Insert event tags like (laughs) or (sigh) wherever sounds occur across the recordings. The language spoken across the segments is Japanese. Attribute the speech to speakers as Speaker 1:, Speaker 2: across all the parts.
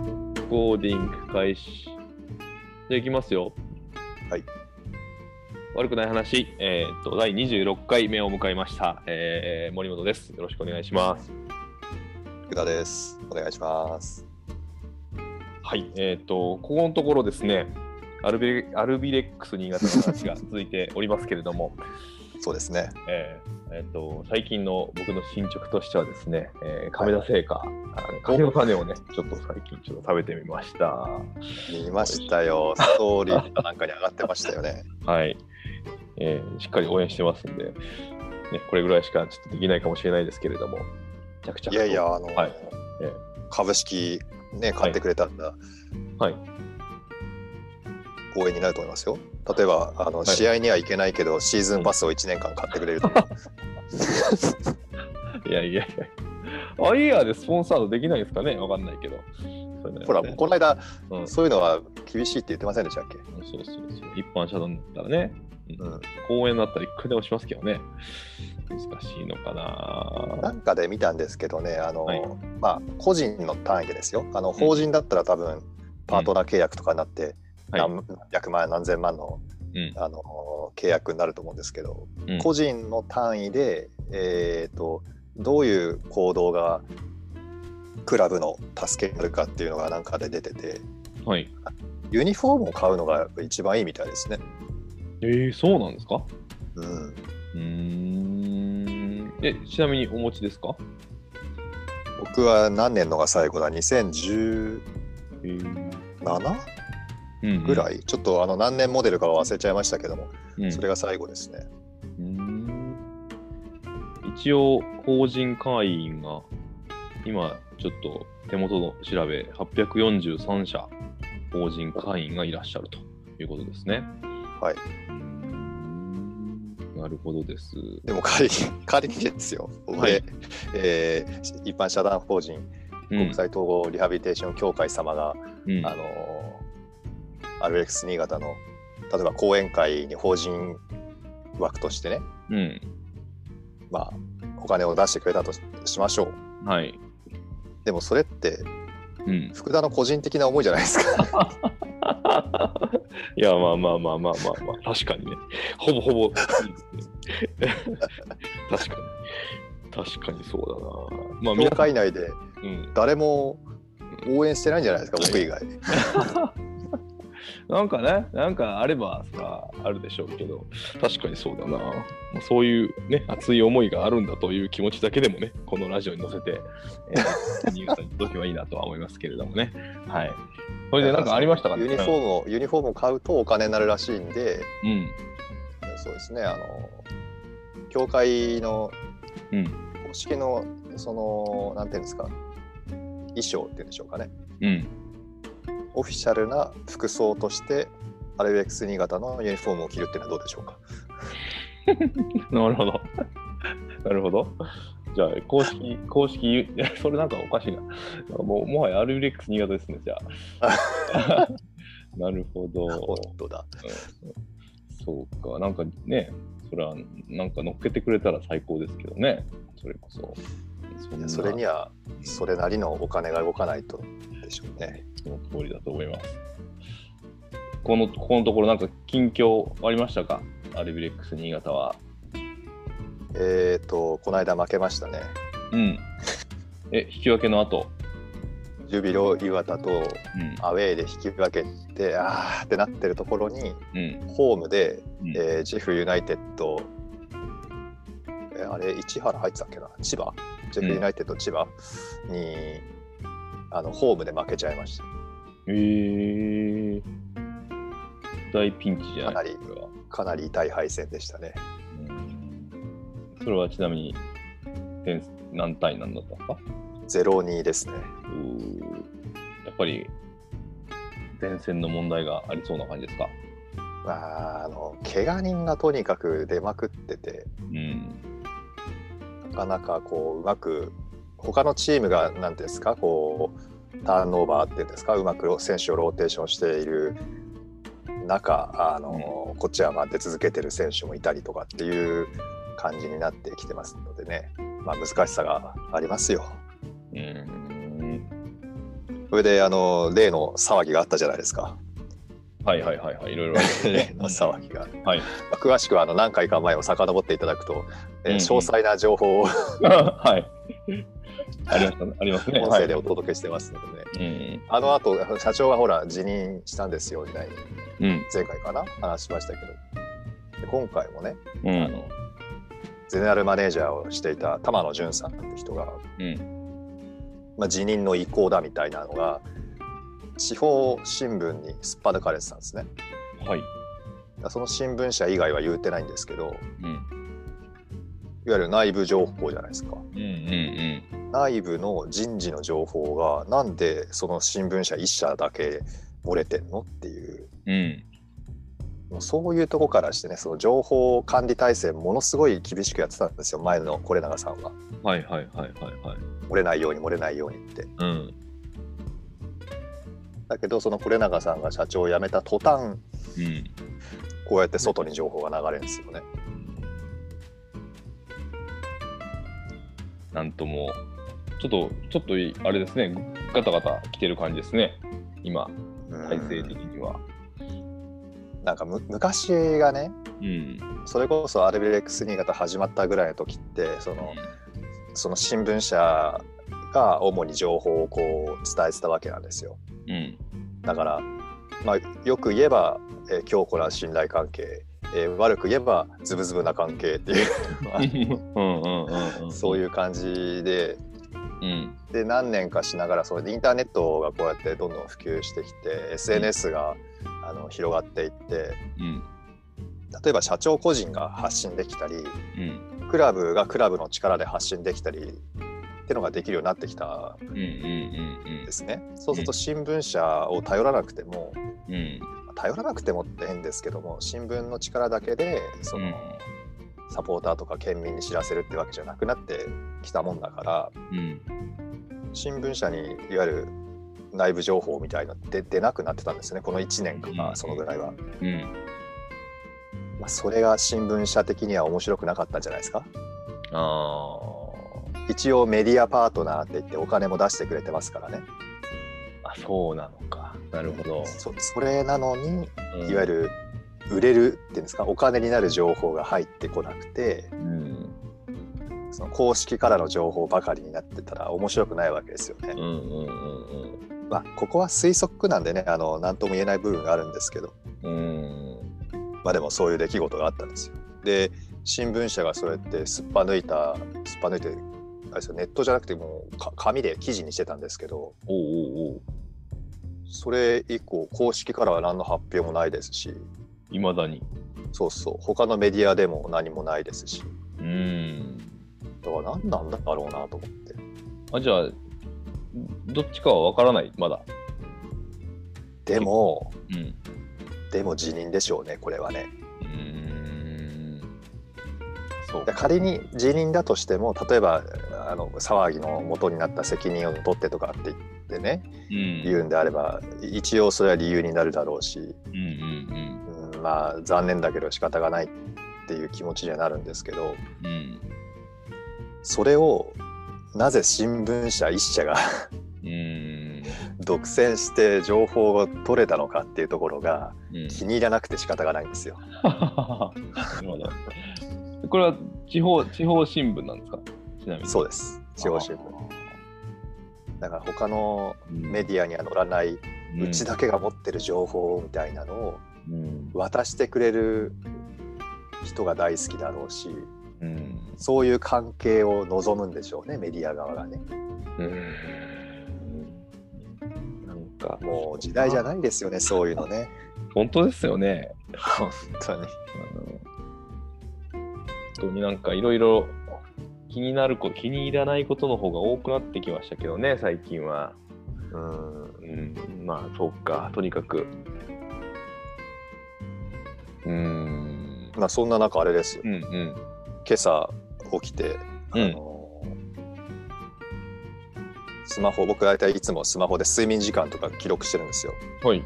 Speaker 1: コーディング開始。じゃあ、いきますよ。
Speaker 2: はい。
Speaker 1: 悪くない話、えーっと、第26回目を迎えました。えー森本です。よろしくお願いします。
Speaker 2: 福田です。お願いします。
Speaker 1: はい。えーっと、ここのところですね、アルビレアルビレックス新潟の話が続いておりますけれども、
Speaker 2: そうですね。
Speaker 1: えーえーっと、最近の僕の進捗としてはですね、えー亀田製菓、あの亀の種をね、ちょっと最近ちょっと食べてみました。
Speaker 2: 見ましたよ。ストーリーかなんかに上がってましたよ
Speaker 1: (laughs)
Speaker 2: ね。
Speaker 1: はい、えーしっかり応援してますんで、ね、これぐらいしかちょっとできないかもしれないですけれども、着々と
Speaker 2: いやいや、あの、
Speaker 1: はいええ
Speaker 2: 株式ね、買ってくれたんだ。
Speaker 1: はい。
Speaker 2: 応援になると思いますよ。例えば、あの、
Speaker 1: い
Speaker 2: 試合には行けないけど、シーズンパスを1年間買ってくれると。
Speaker 1: (laughs) いやいやいや、アイエアでスポンサードできないんですかね、わかんないけど。そういうのね
Speaker 2: ほら、この間、
Speaker 1: うん、そう
Speaker 2: そういうのは厳しいって言ってませんでしたっけ
Speaker 1: そうそう一般社団だったらね、
Speaker 2: うん
Speaker 1: 公演だったらいくらでもしますけどね、難しいのか
Speaker 2: な
Speaker 1: な。
Speaker 2: んかで見たんですけどね、あの、
Speaker 1: はい
Speaker 2: まあ、個人の単位でですよ。あの、法人だったら多分、パートナー契約とかになって、
Speaker 1: はい
Speaker 2: 何百万、何千万の、
Speaker 1: うん
Speaker 2: あの契約になると思うんですけど、
Speaker 1: うん
Speaker 2: 個人の単位で、えー、とどういう行動がクラブの助けになるかっていうのがなんかで出てて
Speaker 1: はい、
Speaker 2: ユニフォームを買うのが一番いいみたいですね。
Speaker 1: えー、そうなんですか
Speaker 2: うん、
Speaker 1: うーん。え、ちなみにお持ちですか
Speaker 2: 僕は何年のが最後だ2017
Speaker 1: えーうん
Speaker 2: ぐらい、ちょっとあの何年モデルかは忘れちゃいましたけども、
Speaker 1: うん
Speaker 2: それが最後ですね。
Speaker 1: うーん一応、法人会員が、今、ちょっと手元の調べ、843社、法人会員がいらっしゃるということですね。
Speaker 2: はいう
Speaker 1: ーん。なるほどです。
Speaker 2: でも仮に (laughs) 仮にですよ、僕
Speaker 1: は
Speaker 2: で、
Speaker 1: い
Speaker 2: えー一般社団法人国際統合リハビリテーション協会様が、
Speaker 1: うんうん
Speaker 2: あのー、アルベックス新潟の例えば講演会に法人枠としてね、
Speaker 1: うん
Speaker 2: まあ、お金を出してくれたとししましょう
Speaker 1: はい。
Speaker 2: でもそれって
Speaker 1: うん、 (laughs)
Speaker 2: 福田の個人的な思いじゃないですか
Speaker 1: いや、まあまあまあまあまあ、まあ、確かにね。ほぼほぼいい (laughs) ですね、確かに。確かにそうだな。まあ、
Speaker 2: 協
Speaker 1: 皆さん
Speaker 2: 会内で
Speaker 1: うん、
Speaker 2: 誰も応援してないんじゃないですか僕以外
Speaker 1: なんかね、なんかあればさ、あるでしょうけど、確かにそうだな。まあそういうね、熱い思いがあるんだという気持ちだけでもね、このラジオに乗せて、えー、ニュースに届けばいいなとは思いますけれどもね。はい。それでなんかありましたかね
Speaker 2: ユニフォームをユニフォームを買うとお金になるらしいんで
Speaker 1: うん。
Speaker 2: そうですねあの協会の
Speaker 1: うん。
Speaker 2: 公式のそのなんていうんですか衣装っていうんでしょうかね
Speaker 1: うん。
Speaker 2: オフィシャルな服装としてアルベックス新潟のユニフォームを着るっていうのはどうでしょうか
Speaker 1: なるほど。 (laughs) なるほど。じゃあ、公式、公式 (laughs) ユ、いやそれなんかおかしいな。なんかもうもはや RX 苦手ですね、じゃ (laughs) あ。なるほ
Speaker 2: 本
Speaker 1: ど。
Speaker 2: 当だ
Speaker 1: そうか、なんかね、それはなんか乗っけてくれたら最高ですけどね、それこそ。そん
Speaker 2: い
Speaker 1: な
Speaker 2: やそれにはそれなりのお金が動かないとでしょうね
Speaker 1: その通りだと思います。このここのところ、なんか近況ありましたか、アルビレックス新潟は。
Speaker 2: えっ、ー、とこの間負けましたね
Speaker 1: うん。え、引き分けの後。
Speaker 2: ジュビロ磐田と
Speaker 1: う
Speaker 2: アウェーで引き分けてあーってなってるところに
Speaker 1: ん。うん。
Speaker 2: ホームで、
Speaker 1: うん
Speaker 2: えージェフユナイテッドえーあれ市原入ってたっけな千葉ジェフユナイテッド千葉に、あのホームで負けちゃいました
Speaker 1: えー、大ピンチじゃない
Speaker 2: かなり
Speaker 1: これは
Speaker 2: かなり痛い敗戦でしたね
Speaker 1: うんそれはちなみに、点数何対何だったんですか
Speaker 2: 02ですね。
Speaker 1: うーやっぱり前線の問題がありそうな感じですか。
Speaker 2: まあ、あの怪我人がとにかく出まくってて
Speaker 1: うん。
Speaker 2: なかなかこううまく他のチームが何ていうんですかこうターンオーバーっていうんですかうまく選手をローテーションしている中あの、こっちはまあ出続けてる選手もいたりとかっていう感じになってきてますのでね、まあ、難しさがありますよ。
Speaker 1: うーん
Speaker 2: それであの例の騒ぎがあったじゃないですか。
Speaker 1: はいはいはいはい、いろいろあります
Speaker 2: 例 (laughs)
Speaker 1: ね。
Speaker 2: の騒ぎが。
Speaker 1: はい
Speaker 2: まあ詳しくはあの何回か前を遡っていただくと、えー
Speaker 1: うんうん
Speaker 2: 詳細な情報を
Speaker 1: (laughs) はい。ありますね。ありますね。
Speaker 2: 音
Speaker 1: はい
Speaker 2: 声でお届けしてますので
Speaker 1: う
Speaker 2: ね。
Speaker 1: ん
Speaker 2: あの後社長がほら辞任したんですよみたいに
Speaker 1: うん
Speaker 2: 前回かな話しましたけどで今回もね
Speaker 1: う
Speaker 2: あ
Speaker 1: ん
Speaker 2: のゼネラルマネージャーをしていた玉野淳さんって人が、
Speaker 1: うん
Speaker 2: まあ、辞任の意向だみたいなのが地方新聞にすっぱ抜かれてたんですね。
Speaker 1: はい
Speaker 2: だからその新聞社以外は言ってないんですけど
Speaker 1: うん
Speaker 2: いわゆる内部情報じゃないですか。
Speaker 1: うんうん
Speaker 2: 内部の人事の情報がなんでその新聞社1社だけ漏れてんのっていう
Speaker 1: うんうん
Speaker 2: もうそういうとこからしてねその情報管理体制ものすごい厳しくやってたんですよ前の是永さんは
Speaker 1: はいはいはいはいはい
Speaker 2: 漏れないように漏れないようにって
Speaker 1: うん
Speaker 2: だけどその是永さんが社長を辞めた途端
Speaker 1: うん
Speaker 2: こうやって外に情報が流れるんですよね
Speaker 1: なんともちょっとちょっといあれですねガタガタ来てる感じですね今
Speaker 2: うん
Speaker 1: 体制的には
Speaker 2: なんかむ昔がね
Speaker 1: うん
Speaker 2: それこそ RBX 新潟始まったぐらいの時ってそのその新聞社が主に情報をこう伝えてたわけなんですよ
Speaker 1: うん
Speaker 2: だから、まあ、よく言えば、えー強固な信頼関係、えー悪く言えばズブズブな関係っていう
Speaker 1: うんうんうんうん
Speaker 2: (laughs) そう
Speaker 1: う
Speaker 2: いう感じで
Speaker 1: うん
Speaker 2: で何年かしながらそうインターネットがこうやってどんどん普及してきて SNS があの広がっていって
Speaker 1: うん
Speaker 2: 例えば社長個人が発信できたり
Speaker 1: うん
Speaker 2: クラブがクラブの力で発信できたりってのができるようになってきた
Speaker 1: うんうん
Speaker 2: んですね。そうすると新聞社を頼らなくても
Speaker 1: うんうん
Speaker 2: 頼らなくてもって変ですけども新聞の力だけでその、サポーターとか県民に知らせるってわけじゃなくなってきたもんだから
Speaker 1: うん
Speaker 2: 新聞社にいわゆる内部情報みたいなのって出なくなってたんですよねこの1年か、
Speaker 1: うん
Speaker 2: そのぐらいは、
Speaker 1: うん
Speaker 2: まあ、それが新聞社的には面白くなかったんじゃないですか
Speaker 1: あ
Speaker 2: 一応メディアパートナーって言ってお金も出してくれてますからね
Speaker 1: ーあそうなのかなるほど、
Speaker 2: そそれなのにいわ
Speaker 1: る
Speaker 2: ゆる売れるっていうんですかお金になる情報が入ってこなくて
Speaker 1: うん
Speaker 2: その公式からの情報ばかりになってたら面白くないわけですよね
Speaker 1: うんうんうん
Speaker 2: まあ、ここは推測なんでねあの何とも言えない部分があるんですけど、
Speaker 1: うん
Speaker 2: まあ、でもそういう出来事があったんですよ。で新聞社がそうやってすっぱ抜いたすっぱ抜いてあれですよネットじゃなくてもうか紙で記事にしてたんですけど
Speaker 1: おうおうおう
Speaker 2: それ以降公式からは何の発表もないですし
Speaker 1: いまだに
Speaker 2: そうそう他のメディアでも何もないですし
Speaker 1: うん
Speaker 2: だから何なんだろうなと思って
Speaker 1: あじゃあどっちかはわからないまだ
Speaker 2: でも
Speaker 1: うん
Speaker 2: でも辞任でしょうねこれはね。
Speaker 1: うーんそう
Speaker 2: で仮に辞任だとしても例えばあの騒ぎの元になった責任を取ってとかって言ってね
Speaker 1: うん
Speaker 2: 言うんであれば一応それは理由になるだろうし、
Speaker 1: うんうん
Speaker 2: うん、まあ残念だけど仕方がないっていう気持ちにはなるんですけど
Speaker 1: うんうん
Speaker 2: それをなぜ新聞社一社が (laughs)
Speaker 1: うーん
Speaker 2: 独占して情報を取れたのかっていうところが
Speaker 1: うん
Speaker 2: 気に入らなくて仕方がないんですよ。
Speaker 1: なるほど (laughs) これは地方地方新聞なんですかちなみに
Speaker 2: そうです地方新聞だから他のメ
Speaker 1: メ
Speaker 2: ディアには載らないううちだけが持ってる情報みたいなのを
Speaker 1: うん
Speaker 2: 渡してくれる人が大好きだろうし
Speaker 1: うん
Speaker 2: そういう関係を望むんでしょうねメディア側がね
Speaker 1: うんなんか
Speaker 2: もう時代じゃないですよねそういうのね
Speaker 1: 本当ですよね。
Speaker 2: 本当に
Speaker 1: あの本当になんかいろいろ気になること気に入らないことの方が多くなってきましたけどね最近は。
Speaker 2: うん
Speaker 1: うん、まあそうかとにかく。うん
Speaker 2: まあそんな中あれですよ
Speaker 1: うんうん
Speaker 2: 今朝起きてあ
Speaker 1: うん
Speaker 2: の、スマホ僕大体いつもスマホで睡眠時間とか記録してるんですよ
Speaker 1: はい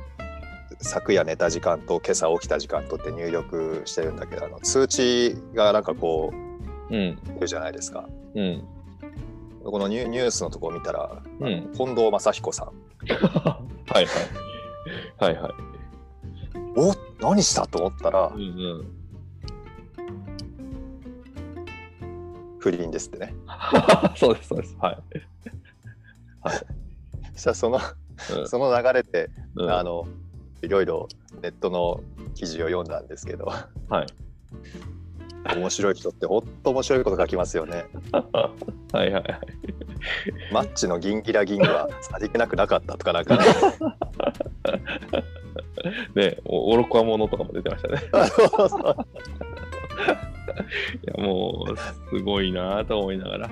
Speaker 2: 昨夜寝た時間と今朝起きた時間とって入力してるんだけどあの通知がなんかこ
Speaker 1: うん
Speaker 2: う出るじゃないですか
Speaker 1: うん
Speaker 2: このニュニュースのところ見たら、
Speaker 1: (laughs) うん
Speaker 2: 近藤正彦さん
Speaker 1: はいはい。はいはい。 (laughs)
Speaker 2: お何したと思ったら
Speaker 1: うんうん。
Speaker 2: 不倫ですってね。
Speaker 1: (laughs)
Speaker 2: (laughs)
Speaker 1: そうです、そうです。はい。
Speaker 2: そしたらその
Speaker 1: うん
Speaker 2: (laughs) その流れで、
Speaker 1: うん
Speaker 2: あのいろいろネットの記事を読んだんですけど、
Speaker 1: はい、
Speaker 2: 面白い人ってほんと面白いこと書きますよ
Speaker 1: (laughs)
Speaker 2: ね。
Speaker 1: はいはいはい。
Speaker 2: マッチのギンギラギンはさりげなくなかったとかなんか、
Speaker 1: (laughs) ねお愚か者とかも出てましたね。いや、もう、すごいなぁと思いなが (laughs) ら。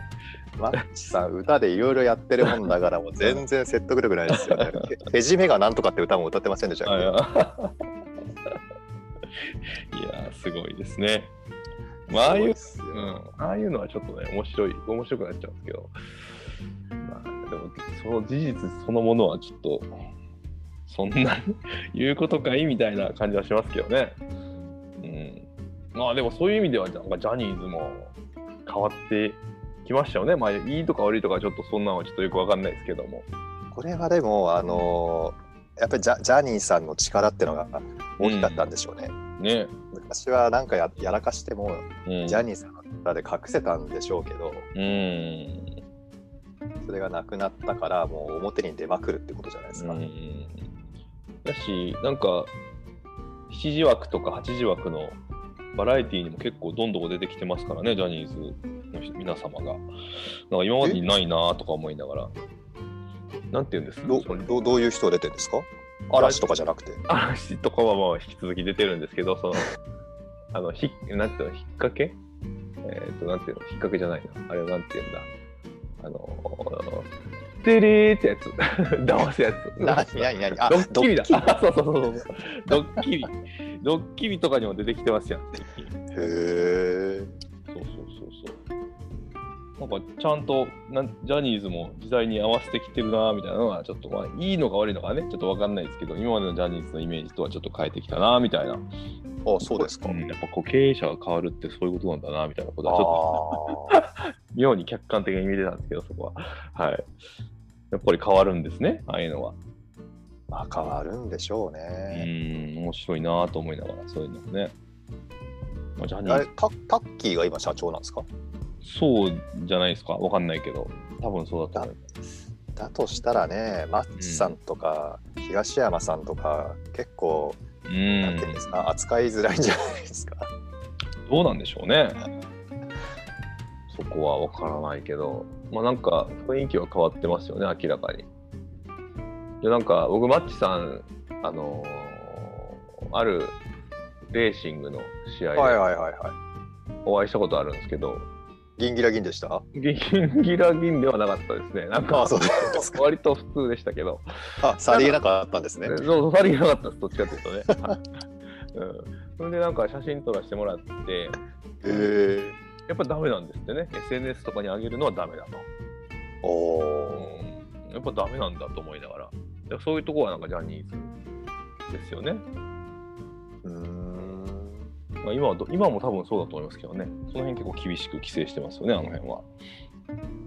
Speaker 2: (laughs) マッチさん歌でいろいろやってるもんだからもう全然説得力ないですよね。
Speaker 1: (laughs)
Speaker 2: けじめがなんとかって歌も歌ってませんでしたっけ
Speaker 1: あ (laughs) いやいやーすごいですね。まあ、ああいう、
Speaker 2: すご
Speaker 1: うん
Speaker 2: いですよ、
Speaker 1: ああいうのはちょっとね、面白い、面白くなっちゃうんですけど、まあ、でも、その事実そのものはちょっと、そんな (laughs) 言うことかいみたいな感じはしますけどね。うん。まあ、でもそういう意味では、なんかジャニーズも変わってきましたよね。まあ、いいとか悪いとか、ちょっとそんなのはちょっとよくわかんないですけども。
Speaker 2: これはでもあのーやっぱりジャジャニーさんの力ってのが大きかったんでしょうね。
Speaker 1: ね。
Speaker 2: 昔はなんかややらかしても
Speaker 1: うん。
Speaker 2: ジャニーさんの力で隠せたんでしょうけ
Speaker 1: う
Speaker 2: ど、
Speaker 1: ん。
Speaker 2: それがなくなったからもう表に出まくるってことじゃないですか。
Speaker 1: うんだしなんか7時枠とか8時枠のバラエティーにも結構どんどん出てきてますからねジャニーズの人皆様がなんか今までにないなとか思いながらなんて言うんです
Speaker 2: ど
Speaker 1: それ
Speaker 2: どどういう人出てるんですか嵐とかじゃな
Speaker 1: (laughs)
Speaker 2: くて。
Speaker 1: 嵐とかはまあ引き続き出てるんですけどそのあのひなんていうの引っ掛けえっ、となんていうの引っ掛けじゃないなあれはなんて言うんだあのー、てれーってやつ (laughs) 騙すやつ
Speaker 2: なになになにあ
Speaker 1: ドッキリだ。 (laughs)
Speaker 2: ドッ
Speaker 1: そうそうそうそう。ドッキリ。ドッキリとかにも出てきてますやん。
Speaker 2: キリへえ。
Speaker 1: そうそうそうそう。なんかちゃんとなんジャニーズも時代に合わせてきてるなみたいなのはちょっと、まあ、いいのか悪いのかねちょっとわかんないですけど今までのジャニーズのイメージとはちょっと変えてきたなみたいな
Speaker 2: あそうですか。
Speaker 1: んやっぱこう経営者が変わるってそういうことなんだなみたいなことはちょっと
Speaker 2: ああ。
Speaker 1: 妙に客観的に見てたんですけどそこははいやっぱり変わるんですねああいうのは
Speaker 2: (laughs) まあ変わるんでしょう
Speaker 1: う
Speaker 2: ね。
Speaker 1: ん面白いなと思いながらそういうのもね、まあ、ジャニー
Speaker 2: あ
Speaker 1: ズ
Speaker 2: れタタッキーが今社長なんですか
Speaker 1: そうじゃないですかわかんないけど、多分そうだと思う。
Speaker 2: だとしたらねマッチさんとか、東山さんとか結構
Speaker 1: う
Speaker 2: なんていうん
Speaker 1: ん
Speaker 2: で、すか、扱いづらいんじゃないですか。
Speaker 1: どうなんでしょうね。そこはわからないけど、まあなんか雰囲気は変わってますよね、明らかに。で、なんか僕、マッチさん、あのーあるレーシングの試合
Speaker 2: はい
Speaker 1: で
Speaker 2: はいはいは
Speaker 1: お会いしたことあるんですけど、
Speaker 2: い。ギンギラギンでした
Speaker 1: ギンギラギンではなかったですね。なんか
Speaker 2: あそうですか
Speaker 1: 割と普通でしたけど、
Speaker 2: あ (laughs) さりげなかったんですね。
Speaker 1: そうそう、さりげなかったです、どっちかっていうとね。はいうん、それでなんか写真撮らせてもらって、
Speaker 2: へえ。
Speaker 1: やっぱダメなんですってね SNS とかに上げるのはダメだと、
Speaker 2: おお
Speaker 1: やっぱダメなんだと思いながらでそういうとこはなんかジャニーズですよね、
Speaker 2: ー。うーん。
Speaker 1: まあ、今はど今も多分そうだと思いますけどねその辺結構厳しく規制してますよねあの辺は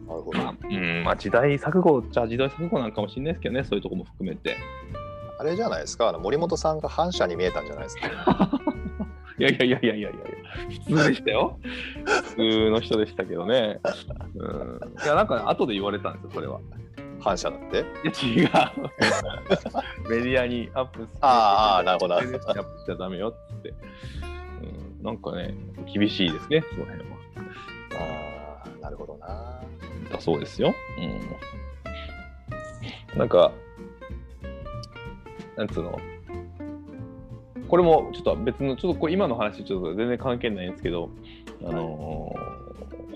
Speaker 2: なるほど。
Speaker 1: まあ、うんまあ、時代錯誤っちゃ時代錯誤なんかもしれないですけどねそういうとこも含めて
Speaker 2: あれじゃないですか、あの森本さんが反射に見えたんじゃないですか。
Speaker 1: いやいやいやいやいやいや普通でしたよ普通の人でしたけどねうんいやなんか後で言われたんですよそれは
Speaker 2: 反射だって。
Speaker 1: いや違う。メディアにアップして、
Speaker 2: あーあーなるほど
Speaker 1: SNS にアップしちゃダメよっつって、うん。なんかね、厳しいですね、その辺は。
Speaker 2: ああ、なるほどな。
Speaker 1: だそうですよ。うん。なんか、なんつうの、これもちょっと別の、ちょっとこう今の話、ちょっと全然関係ないんですけど、あのー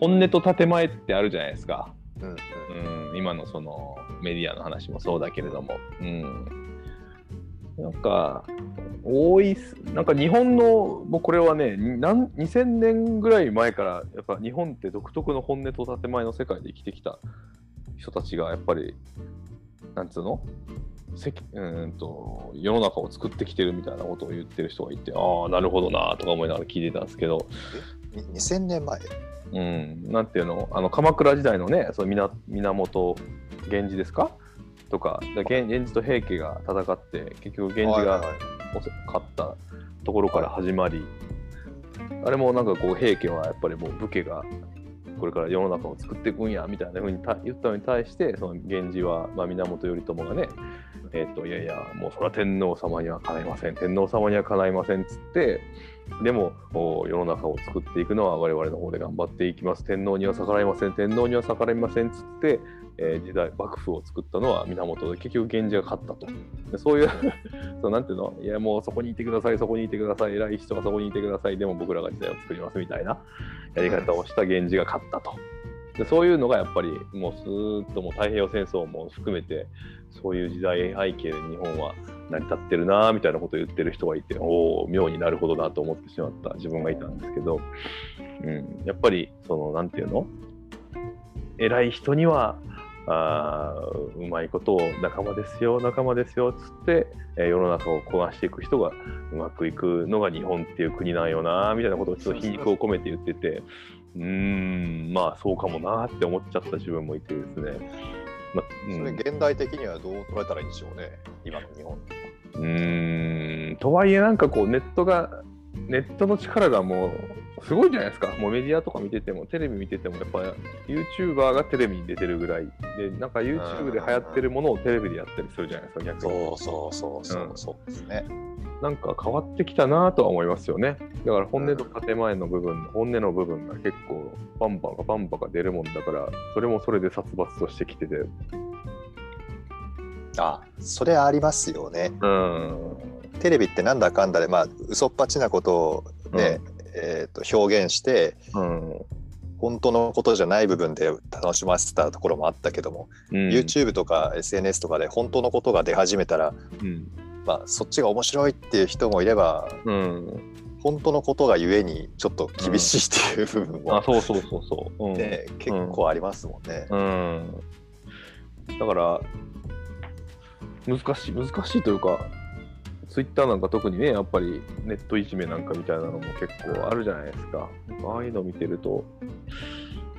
Speaker 1: 本音と建前ってあるじゃないですか。
Speaker 2: うん、うん、
Speaker 1: うん、今のそのメディアの話もそうだけれども、うん、なんか多いっすなんか日本のもうこれはねになん2000年ぐらい前からやっぱ日本って独特の本音と建前の世界で生きてきた人たちがやっぱりなんつうのせきうーんと世の中を作ってきてるみたいなことを言ってる人がいてああなるほどなーとか思いながら聞いてたんですけど
Speaker 2: に2000年前。
Speaker 1: うん、なんていうのあの鎌倉時代のねその源源氏ですかとか、だから源源氏と平家が戦って、結局源氏が
Speaker 2: はいはいはい
Speaker 1: おそ勝ったところから始まり、あれもなんかこう平家はやっぱりもう武家がこれから世の中を作っていくんやみたいなふうにた言ったのに対してその源氏は、まあ、源頼朝がね、えっといやいやもうそれは天皇様にはかないません天皇様にはかないませんっつってでもこう世の中を作っていくのは我々の方で頑張っていきます天皇には逆らいません天皇には逆らいませんっつって、えー時代幕府を作ったのは源で結局源氏が勝ったとでそういうそうなんていうのいやもうそこにいてくださいそこにいてください偉い人がそこにいてくださいでも僕らが時代を作りますみたいなやり方をした源氏が勝ったと。でそういうのがやっぱりもうずーっともう太平洋戦争も含めてそういう時代背景で日本は成り立ってるなーみたいなことを言ってる人がいておお妙になるほどなと思ってしまった自分がいたんですけど、うん、やっぱりそのなんていうの偉い人にはあーうまいことを仲間ですよ仲間ですよっつって、えー世の中をこなしていく人がうまくいくのが日本っていう国なんよなーみたいなことをちょっと皮肉を込めて言っててうーんまあそうかもなーって思っちゃった自分もいてですね。まあうん
Speaker 2: それ現代的にはどう捉えたらいいんでしょうね今の日本
Speaker 1: うーんとはいえなんかこうネットがネットの力がもうすごいじゃないですかもうメディアとか見ててもテレビ見ててもやっぱ YouTuber がテレビに出てるぐらいでなんか YouTube で流行ってるものをテレビでやったりするじゃないですか逆に
Speaker 2: そうそうそうそうそうですね、
Speaker 1: なんか変わってきたなとは思いますよねだから本音と建前の部分本音の部分が結構バンバカバンバカ出るもんだからそれもそれで殺伐としてきてて
Speaker 2: あそれありますよね
Speaker 1: うん
Speaker 2: テレビってなんだかんだでまあ嘘っぱちなことをね、えー、と表現して
Speaker 1: うん
Speaker 2: 本当のことじゃない部分で楽しませてたところもあったけども、
Speaker 1: うん、
Speaker 2: YouTube とか SNS とかで本当のことが出始めたら、
Speaker 1: うん
Speaker 2: まあ、そっちが面白いっていう人もいれば
Speaker 1: うん、
Speaker 2: 本当のことがゆえにちょっと厳しいっていう部分
Speaker 1: あ
Speaker 2: も、
Speaker 1: そうそうそうそう、うん、
Speaker 2: ね結構ありますもんね。
Speaker 1: うん。だから、難しい、難しいというか、ツイッターなんか特にね、やっぱりネットいじめなんかみたいなのも結構あるじゃないですか。ああいうの見てると、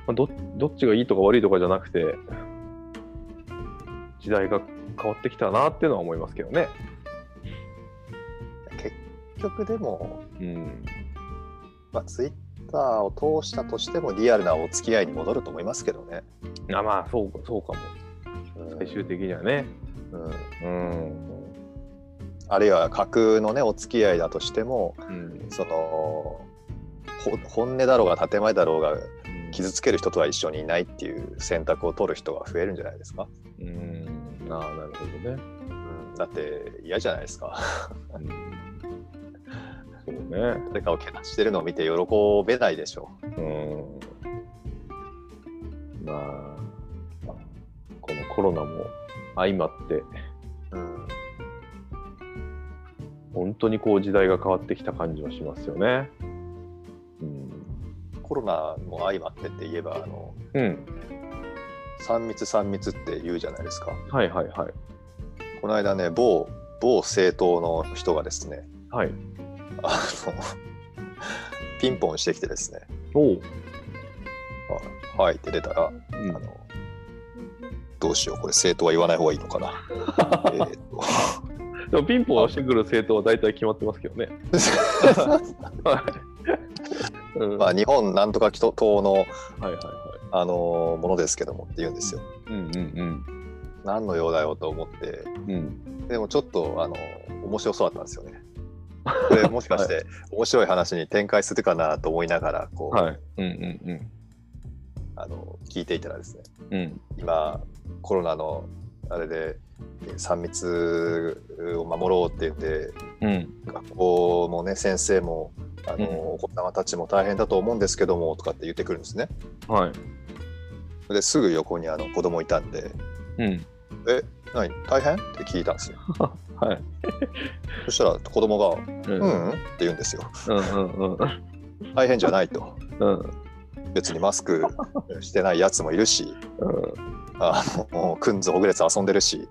Speaker 1: まあどどっちがいいとか悪いとかじゃなくて、時代が変わってきたなっていうのは思いますけどね。
Speaker 2: 結局でも、
Speaker 1: うん。
Speaker 2: まあ、Twitter を通したとしてもリアルなお付き合いに戻ると思いますけどね。
Speaker 1: あまあ、そうか、そうかも。
Speaker 2: うん
Speaker 1: 最終的にはね。
Speaker 2: うん
Speaker 1: うん。
Speaker 2: あるいは架空のねお付き合いだとしても
Speaker 1: うん。
Speaker 2: そのほ本音だろうが建前だろうが傷つける人とは一緒にいないっていう選択を取る人が増えるんじゃないですか、
Speaker 1: うん。ああ、なるほどね。
Speaker 2: うん、だって嫌じゃないですか (laughs)
Speaker 1: そうね。
Speaker 2: 誰かをけなしてるのを見て喜べないでしょ
Speaker 1: うん。まあ、このコロナも相まって、
Speaker 2: う、うん、
Speaker 1: 本当にこう時代が変わってきた感じはしますよね。うん。
Speaker 2: コロナも相まってって言えばあの
Speaker 1: うん。
Speaker 2: 3密3密って言うじゃないですか
Speaker 1: はいはいはい。
Speaker 2: この間ね某某政党の人がですね
Speaker 1: はい。
Speaker 2: あのピンポンしてきてですね
Speaker 1: おう。
Speaker 2: 「はい」って出たら
Speaker 1: うん
Speaker 2: あのどうしようこれ政党は言わない方がいいのかな
Speaker 1: (laughs)
Speaker 2: えーっと
Speaker 1: でもピンポンを押してくる政党は大体決まってますけどね。はい。うん、
Speaker 2: (laughs) ま
Speaker 1: は
Speaker 2: あ
Speaker 1: い
Speaker 2: 日本なんとか党の、
Speaker 1: はいはい。
Speaker 2: あのものですけどもって言うんですよ
Speaker 1: うんうん
Speaker 2: 何の用だよと思って
Speaker 1: うん。うん。
Speaker 2: でもちょっとあの面白そうだったんですよねこれもし
Speaker 1: (laughs)
Speaker 2: かして、面白い話に展開するかなと思いながらこう、
Speaker 1: はい。うんうん
Speaker 2: あの聞いていたらですね
Speaker 1: うん。うん。
Speaker 2: 今コロナのあれで3密を守ろうって言って
Speaker 1: うん。
Speaker 2: 学校もね先生もあの、
Speaker 1: うん
Speaker 2: お子様たちも大変だと思うんですけどもとかって言ってくるんですね
Speaker 1: はい。
Speaker 2: ですぐ横にあの子供いたんで
Speaker 1: うん。
Speaker 2: 「え何大変?」って聞いたんですよ
Speaker 1: はい。
Speaker 2: そしたら子供が
Speaker 1: う
Speaker 2: 「うんん、うん」って言うんですよ
Speaker 1: うんうんうん
Speaker 2: 「大変じゃない」と
Speaker 1: うん
Speaker 2: 別にマスクしてないやつもいるし
Speaker 1: うん
Speaker 2: あのくんずほぐれつ遊んでるし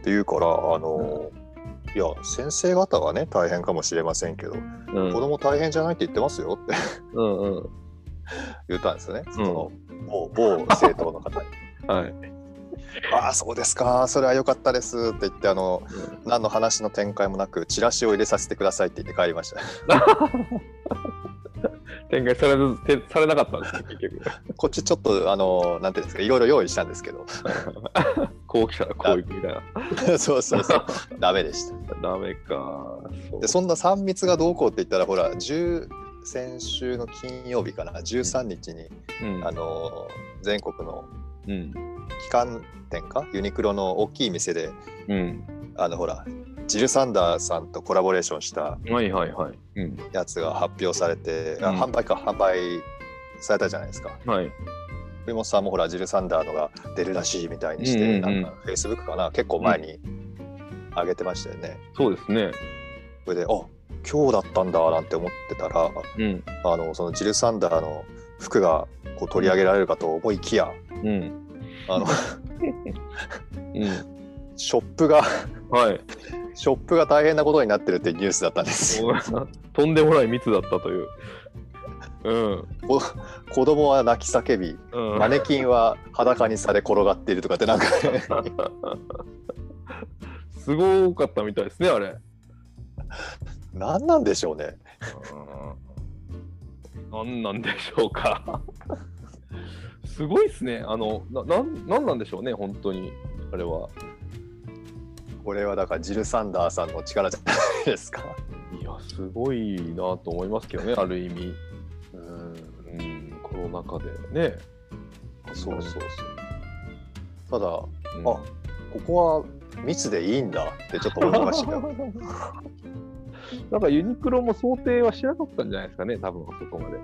Speaker 2: っていうからあの、いや先生方はね大変かもしれませんけど、
Speaker 1: うん
Speaker 2: 子供大変じゃないって言ってますよって (laughs)
Speaker 1: うんうん (laughs)
Speaker 2: 言ったんですよね、その某某政党の方に
Speaker 1: はい。
Speaker 2: ああそうですかそれは良かったですって言ってあの何の話の展開もなくチラシを入れさせてくださいって言って帰りました (laughs)
Speaker 1: 展開されずてされなかったんですね、結
Speaker 2: こっちちょっとあのなんていうんですかいろいろ用意したんですけど (laughs)
Speaker 1: 局。こう来たらこう行くみたいな。
Speaker 2: そうそ
Speaker 1: (laughs)
Speaker 2: うそうダメでした
Speaker 1: ダメか。そう
Speaker 2: でそんな3密がどうこうって言ったらほら10先週の金曜日かな13日に、
Speaker 1: うん
Speaker 2: あの全国の
Speaker 1: うん。
Speaker 2: 旗艦店かユニクロの大きい店で
Speaker 1: うん。
Speaker 2: あのほらジル・サンダーさんとコラボレーションし
Speaker 1: は
Speaker 2: た
Speaker 1: いはいはい。うん。
Speaker 2: やつが発表されて、あ
Speaker 1: うん
Speaker 2: 販売か販売されたじゃないですか
Speaker 1: はい。
Speaker 2: 森本さんもほらジル・サンダーのが出るらしいみたいにして、
Speaker 1: うんうんうん
Speaker 2: なんかフェイスブックかな結構前に上げてましたよね、
Speaker 1: そうですね。
Speaker 2: それであ今日だったんだなんて思ってたら
Speaker 1: うん。
Speaker 2: あのそのジル・サンダーの服がこう取り上げられるかと思いきや
Speaker 1: うん。
Speaker 2: あ
Speaker 1: (laughs)
Speaker 2: の
Speaker 1: うん。
Speaker 2: ショップが
Speaker 1: はい。 (laughs)
Speaker 2: ショップが大変なことになってるっていうニュースだったんですよ
Speaker 1: とんでもない密だったという。うん。
Speaker 2: こ子供は泣き叫び
Speaker 1: うん、
Speaker 2: マネキンは裸にされ転がっているとかってなんか
Speaker 1: すごかったみたいですね、あれ。
Speaker 2: (laughs) 何なんでしょうね
Speaker 1: なんなんでしょうか。すごいですね。あの、な、なん、なんなんでしょうね、本当に。あれは。
Speaker 2: これはだからジル・サンダーさんの力じゃないですか
Speaker 1: いや、すごいなと思いますけどね、ある意味。
Speaker 2: うん
Speaker 1: うん、コロナ禍でね。
Speaker 2: そうそうそうただこ
Speaker 1: うん
Speaker 2: あこは密でいいんだってちょっと思いましたけ (laughs) ど
Speaker 1: なんかユニクロも想定はしなかったんじゃないですかね、多分そこまで。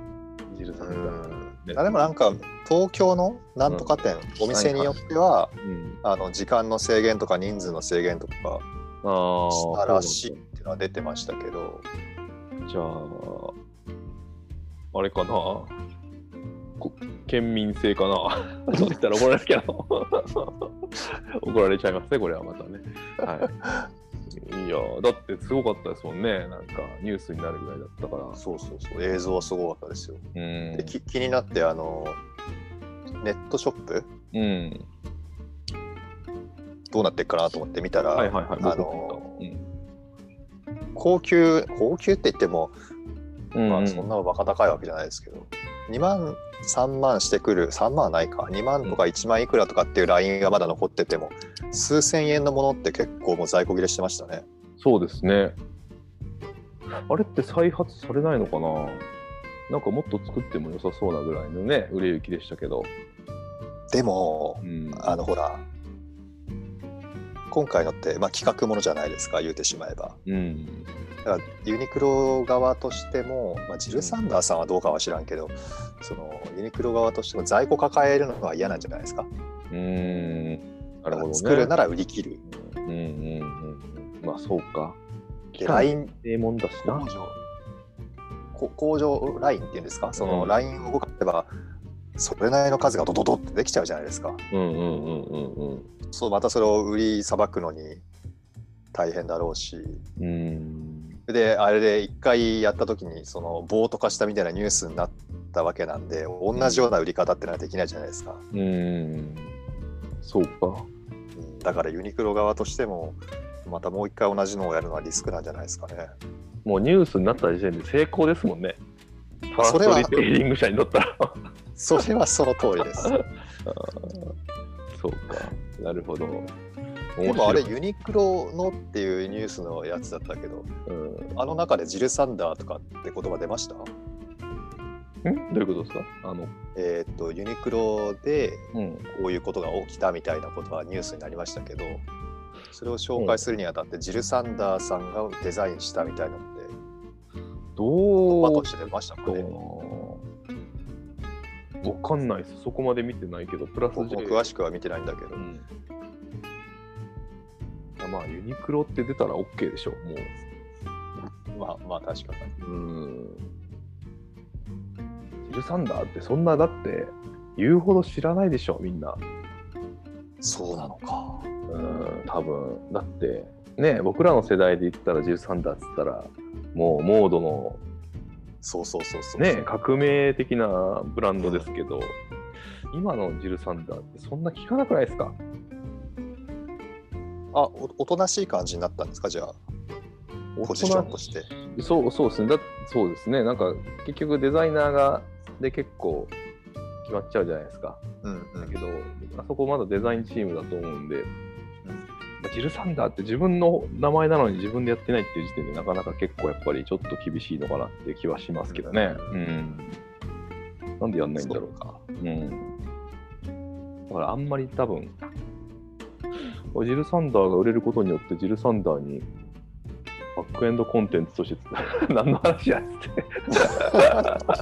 Speaker 1: ジルさん
Speaker 2: う
Speaker 1: が。
Speaker 2: ん
Speaker 1: ね
Speaker 2: あでもなんか東京のなんとか店、お店によっては
Speaker 1: うん、
Speaker 2: あの時間の制限とか人数の制限とか
Speaker 1: ああ。
Speaker 2: したらしいっていうのは出てましたけど
Speaker 1: じゃあ、あれかなこ県民性かな (laughs) そう言ったら怒られるけど。 (laughs) 怒られちゃいますね、これはまたね。はい、いやー、だってすごかったですもんね。なんかニュースになるぐらいだったから。
Speaker 2: そうそうそう映像はすごかったですよ
Speaker 1: うん
Speaker 2: で。き気になってあのネットショップ
Speaker 1: うん、ど
Speaker 2: どうなってっかなと思って見たら、
Speaker 1: はいはいはい。
Speaker 2: あの高級高級って言っても、
Speaker 1: うん、
Speaker 2: まあ、そんなバカ高いわけじゃないですけど、2万3万してくる3万はないか2万とか1万いくらとかっていうラインがまだ残ってても数千円のものって結構もう在庫切れしてましたね
Speaker 1: そうですね。あれって再発されないのかななんかもっと作っても良さそうなぐらいのね、売れ行きでしたけど。
Speaker 2: でも
Speaker 1: うん、
Speaker 2: あのほら今回のって、まあ、企画ものじゃないですか言うてしまえば
Speaker 1: うん、
Speaker 2: だからユニクロ側としても、まあ、ジル・サンダーさんはどうかは知らんけど、そのユニクロ側としても在庫抱えるのは嫌なんじゃないですか。
Speaker 1: うーんなるほどね。
Speaker 2: 作るなら売り切る。
Speaker 1: うんうんうん。まあそうか。
Speaker 2: で、ライン
Speaker 1: ええもんだし
Speaker 2: 工
Speaker 1: な。
Speaker 2: 場、こ工場ラインっていうんですか、そうの
Speaker 1: ん
Speaker 2: ラインを動かせば、それなりの数がドドドってできちゃうじゃないですか。
Speaker 1: うんうんうんうんうん。
Speaker 2: そう、またそれを売りさばくのに大変だろうし。
Speaker 1: うーん。
Speaker 2: で、あれで一回やった時に、その暴徒化したみたいなニュースになったわけなんで、同じような売り方ってのはできないじゃないですか。
Speaker 1: うーん。そうか。
Speaker 2: うんだからユニクロ側としてもまたもう一回同じのをやるのはリスクなんじゃないですかね。
Speaker 1: もうニュースになった時点で成功ですもんね。ファース
Speaker 2: そ
Speaker 1: ト
Speaker 2: れは
Speaker 1: リテイリング社にとったら。 (laughs)
Speaker 2: それはその通りです。
Speaker 1: そうか。なるほど。面白い
Speaker 2: でもあれユニクロのっていうニュースのやつだったけど
Speaker 1: うん、
Speaker 2: あの中でジルサンダーとかって言葉出ました
Speaker 1: んどういうことですかあの、
Speaker 2: えーっとユニクロで
Speaker 1: うん。
Speaker 2: こういうことが起きたみたいなことはニュースになりましたけどそれを紹介するにあたってジルサンダーさんがデザインしたみたいなのって言葉
Speaker 1: どう
Speaker 2: として出ましたか
Speaker 1: どう
Speaker 2: ね
Speaker 1: なわかんないです。そこまで見てないけど、プラス
Speaker 2: 僕
Speaker 1: J
Speaker 2: も詳しくは見てないんだけど
Speaker 1: うん、まあユニクロって出たら OK でしょも
Speaker 2: まあまあ確かに。
Speaker 1: ううんジルサンダーってそんなだって言うほど知らないでしょみんな
Speaker 2: そうなのか。
Speaker 1: うん多分だってね僕らの世代で言ったらジルサンダーっつったらもうモードの
Speaker 2: そうそうそうそう。
Speaker 1: ね革命的なブランドですけど、今のジルサンダーってそんな聞かなくないですか
Speaker 2: あおおとなしい感じになったんですかじゃあポジションとして
Speaker 1: そうそうですねだそうですねなんか結局デザイナーがで結構決まっちゃうじゃないですか
Speaker 2: うんう
Speaker 1: だ
Speaker 2: ん
Speaker 1: けどあそこまだデザインチームだと思うんで、まあジルサンダーって自分の名前なのに自分でやってないっていう時点でなかなか結構やっぱりちょっと厳しいのかなっていう気はしますけどねうんなんでやんないんだろう
Speaker 2: か
Speaker 1: うん。だからあんまり多分、ジルサンダーが売れることによって、ジルサンダーにバックエンドコンテンツとしてつ、何の話やっつって。
Speaker 2: (laughs)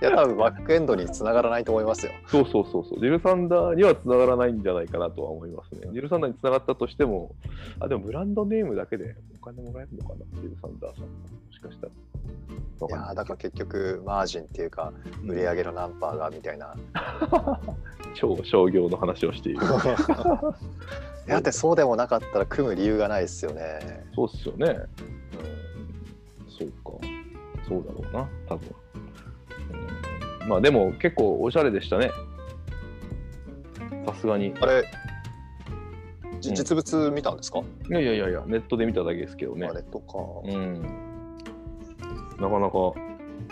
Speaker 2: いや多分バックエンドに繋がらないと思いますよ
Speaker 1: そうそうそうそう、ジルサンダーにはつながらないんじゃないかなとは思いますね。ジルサンダーにつながったとしても、あ、でもブランドネームだけでお金もらえるのかな、ジルサンダーさん。もしかしたら。わ
Speaker 2: い
Speaker 1: かん
Speaker 2: や
Speaker 1: ない
Speaker 2: ーだから結局マージンっていうか売り上げの何パーがみたいな、
Speaker 1: 超商業の話をして
Speaker 2: (laughs)
Speaker 1: いる。
Speaker 2: だってそうでもなかったら組む理由がないですよね
Speaker 1: そうっすよね。うん、そうか。そうだろうな、多分。うん、まあでも結構おしゃれでしたね。さすがに。
Speaker 2: あれじ
Speaker 1: うん
Speaker 2: 実物見たんですか、
Speaker 1: いやいやいやいや、ネットで見ただけですけどね
Speaker 2: あ。れとか、
Speaker 1: うん。なかなか、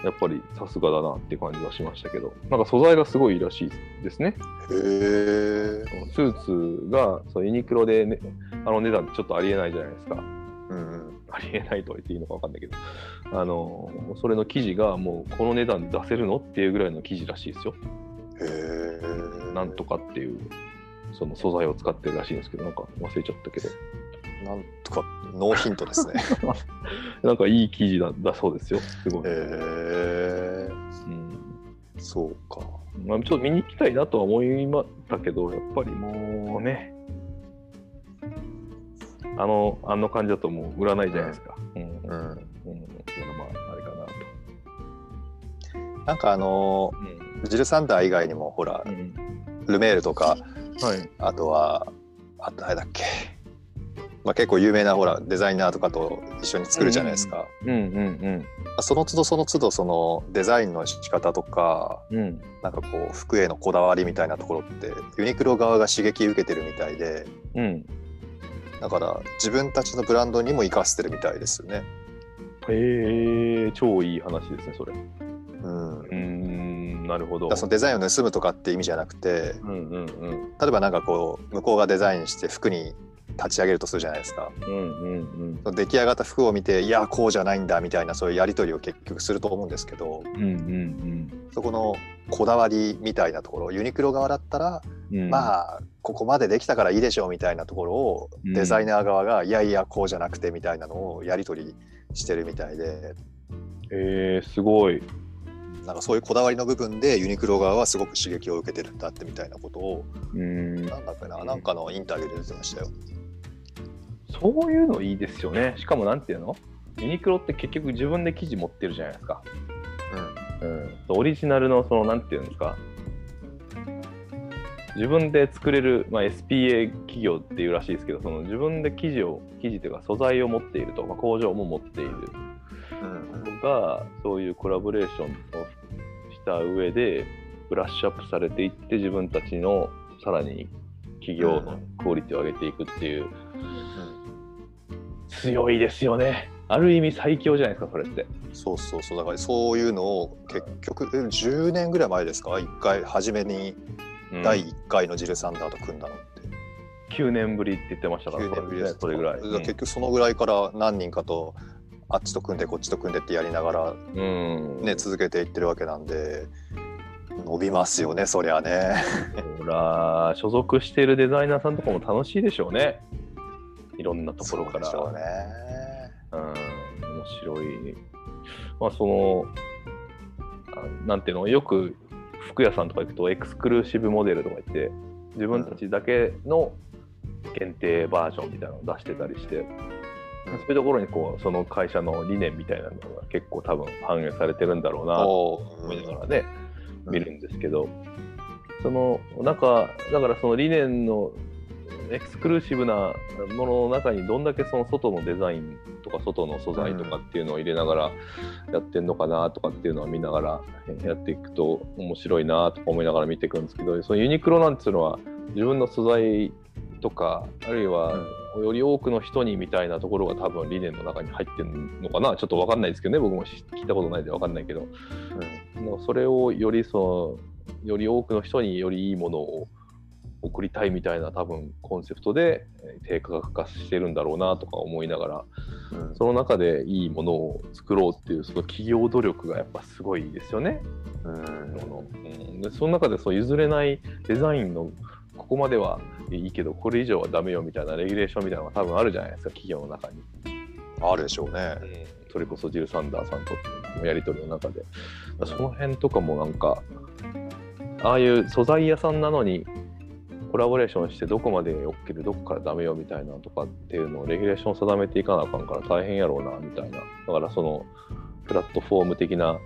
Speaker 1: やっぱりさすがだなって感じはしましたけど、なんか素材がすごいいいらしいですね。
Speaker 2: へえ
Speaker 1: スーツがそうユニクロで、ね、あの値段ってちょっとありえないじゃないですか。 (laughs)
Speaker 2: うん
Speaker 1: ありえないとは言っていいのか分かんないけど、あのそれの記事がもうこの値段で出せるのっていうぐらいの記事らしいですよ。
Speaker 2: へえ
Speaker 1: なんとかっていうその素材を使ってるらしいんですけど、なんか忘れちゃったけど、
Speaker 2: なんとかノーヒント
Speaker 1: (laughs)
Speaker 2: ですね
Speaker 1: なんかいい記事だだそうですよ、すごい。
Speaker 2: へえ
Speaker 1: うん
Speaker 2: そうか
Speaker 1: まあ、ちょっと見に行きたいなとは思いましたけど、やっぱりもうね、あのあの感じだともう売らないじゃないですか。うんうんうんそ
Speaker 2: うん
Speaker 1: れがまああれかなと。
Speaker 2: なんかあのージルサンダー以外にもほら
Speaker 1: うん
Speaker 2: ルメールとか
Speaker 1: はい、
Speaker 2: あとはあとあれだっけまあ結構有名なほらデザイナーとかと一緒に作るじゃないですか、
Speaker 1: うんうん
Speaker 2: その都度その都度そのデザインの仕方とか
Speaker 1: うんうん
Speaker 2: なんかこう服へのこだわりみたいなところってユニクロ側が刺激受けてるみたいで
Speaker 1: うん。
Speaker 2: だから自分たちのブランドにも生かしてるみたいですよね。
Speaker 1: へえ超いい話ですね、それ。う
Speaker 2: うん
Speaker 1: ーん、なるほど。
Speaker 2: だからそのデザインを盗むとかって意味じゃなくて
Speaker 1: うんうんうん。
Speaker 2: 例えばなんかこう向こうがデザインして服に立ち上げるとするじゃないですか
Speaker 1: うんうん
Speaker 2: その出来上がった服を見ていやこうじゃないんだみたいなそういうやり取りを結局すると思うんですけど
Speaker 1: うん。うんうん
Speaker 2: そこのこだわりみたいなところユニクロ側だったら
Speaker 1: うん。あ、
Speaker 2: まあここまでできたからいいでしょうみたいなところを
Speaker 1: うん
Speaker 2: デザイナー側が、いやいやこうじゃなくてみたいなのをやり取りしてるみたいで
Speaker 1: えー、すごい。
Speaker 2: なんかそういうこだわりの部分でユニクロ側はすごく刺激を受けてるんだってみたいなことを
Speaker 1: うん。
Speaker 2: なんだっけななんかのインタビューで出てましたよ。
Speaker 1: そういうのいいですよね。しかも、なんていうのユニクロって結局自分で生地持ってるじゃないですか。うん。オリジナルの、その、なんていうんですか。自分で作れる、まあ、SPA 企業っていうらしいですけど、その自分で生地を、生地というか素材を持っていると、まあ、工場も持っている。
Speaker 2: うんうん
Speaker 1: がそういうコラボレーションをした上でブラッシュアップされていって自分たちのさらに企業のクオリティを上げていくっていう、強いですよねある意味最強じゃないですかそれって
Speaker 2: そうそうそうだからそういうのを結局え10年ぐらい前ですか1回初めに第1回のジルサンダーと組んだのって
Speaker 1: 9年ぶりって言ってましたから
Speaker 2: 9年ぶりです
Speaker 1: それぐらい、
Speaker 2: だから結局そのぐらいから何人かとあっちと組んでこっちと組んでってやりながら
Speaker 1: うん
Speaker 2: ね、続けていってるわけなんで伸びますよねそりゃね
Speaker 1: ほら所属しているデザイナーさんとかも楽しいでしょうねいろんなところから
Speaker 2: そうでしょうね
Speaker 1: うん、面白い。まあ、そのあ、なんていうの、よく服屋さんとか行くと、エクスクルーシブモデルとか言って、自分たちだけの限定バージョンみたいなのを出してたりして、そういうところにこうその会社の理念みたいなのが結構多分反映されてるんだろうなと
Speaker 2: お
Speaker 1: 思いな
Speaker 2: ー
Speaker 1: がらね、
Speaker 2: うん
Speaker 1: 見るんですけど、そのなんかだからその理念のエクスクルーシブなものの中にどんだけその外のデザインとか外の素材とかっていうのを入れながらやってんのかなとかっていうのは見ながらやっていくと面白いなとか思いながら見ていくんですけどそのユニクロなんていうのは自分の素材とかあるいはより多くの人にみたいなところが多分理念の中に入ってるのかなちょっと分かんないですけどね僕も聞いたことないで分かんないけど、うん、それをよりそのより多くの人によりいいものを送りたいみたいな多分コンセプトでえー低価格化してるんだろうなとか思いながら
Speaker 2: うん
Speaker 1: その中でいいものを作ろうっていうその企業努力がやっぱすごいですよね。
Speaker 2: うん
Speaker 1: そのうん、でその中でそう譲れないデザインのここまではいいけどこれ以上はダメよみたいなレギュレーションみたいなのが多分あるじゃないですか企業の中に。
Speaker 2: あるでしょうね。
Speaker 1: それこそジル・サンダーさんとのやり取りの中でその辺とかもなんかああいう素材屋さんなのにコラボレーションしてどこまで OK でどこからダメよみたいなとかっていうのをレギュレーションを定めていかなあかんから大変やろうなみたいなだからそのプラットフォーム的な